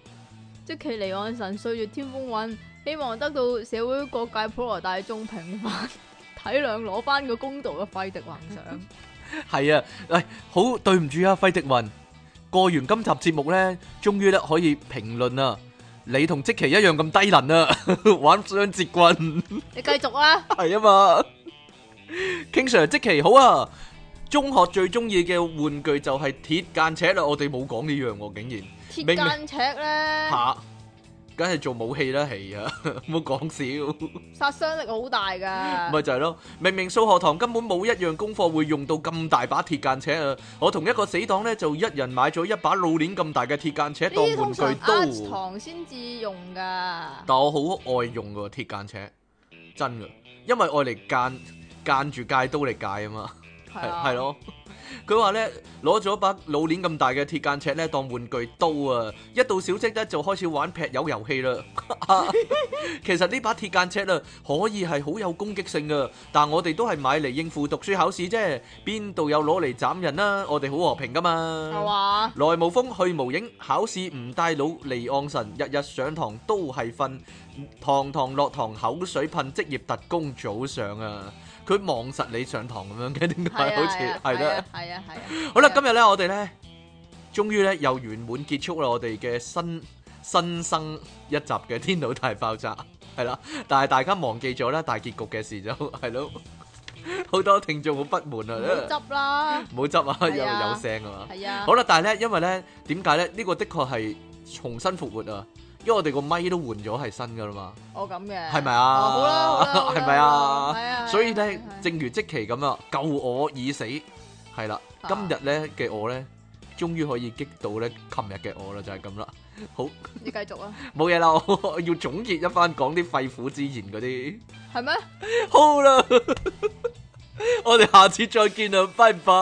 即其離岸神歲月天風雲，希望得到社會各界普羅大眾平反 體諒，攞翻個公道嘅費迪幻想。係啊，喂，好對唔住啊，費迪雲，過完今集節目咧，終於咧可以評論啦。你同即奇一樣咁低能 啊，玩雙截棍。你繼續啊！系啊嘛，King Sir 即其好啊！中學最中意嘅玩具就係鐵間尺啦，我哋冇講呢樣喎，竟然鐵明明間尺咧，吓，梗係做武器啦，係啊， 冇講笑，殺傷力好大噶。咪就係咯。明明數學堂根本冇一樣功課會用到咁大把鐵間尺啊！我同一個死黨呢，就一人買咗一把老鏈咁大嘅鐵間尺呢當玩啲通常具刀。 art 堂先至用噶。但我好愛用個鐵間尺，真噶，因為愛嚟間間住戒刀嚟戒啊嘛，係係啊係。咯。 佢話咧攞咗把老鏈咁大嘅鐵間尺咧當玩具刀啊，一到小息咧就開始玩劈友遊戲啦。 其實呢把鐵間尺啊，可以係好有攻擊性噶，但我哋都係買嚟應付讀書考試啫，邊度有攞嚟斬人啦、我哋好和平噶嘛。係嘛？來無風去無影，考試唔帶腦離岸神，日日上堂都係瞓，堂堂落堂口水噴，職業特工早上啊！佢望實你上堂咁樣嘅，點係解 啊好似係啦？。係啊係啊係啊。好啦，係啊今日咧我哋咧，終於咧又圓滿結束啦我哋嘅新新生一集嘅《天腦大爆炸》係啦，但係大家忘記咗啦大結局嘅事就係咯，好多聽眾好不滿唔啊！好執啦。唔好執啊，又係啊有聲啊嘛〜係啊。好啦，但係咧，因為咧，點解咧？呢、個的確係重新復活啊！因為我哋個咪都換咗係新噶啦嘛，我咁嘅。係咪啊哦好啦好啦好啦。係咪啊好啦係啊。所以係咧啊，係啊正如即期咁啊，救我已死，係啦，啊今日咧嘅我咧，終於可以激到咧，琴日嘅我啦，就係咁啦，好你繼續啊。冇嘢啦， 我我要總結一番講啲肺腑之言嗰啲，係 咩？啊好啦，我哋下次再見啦，拜拜。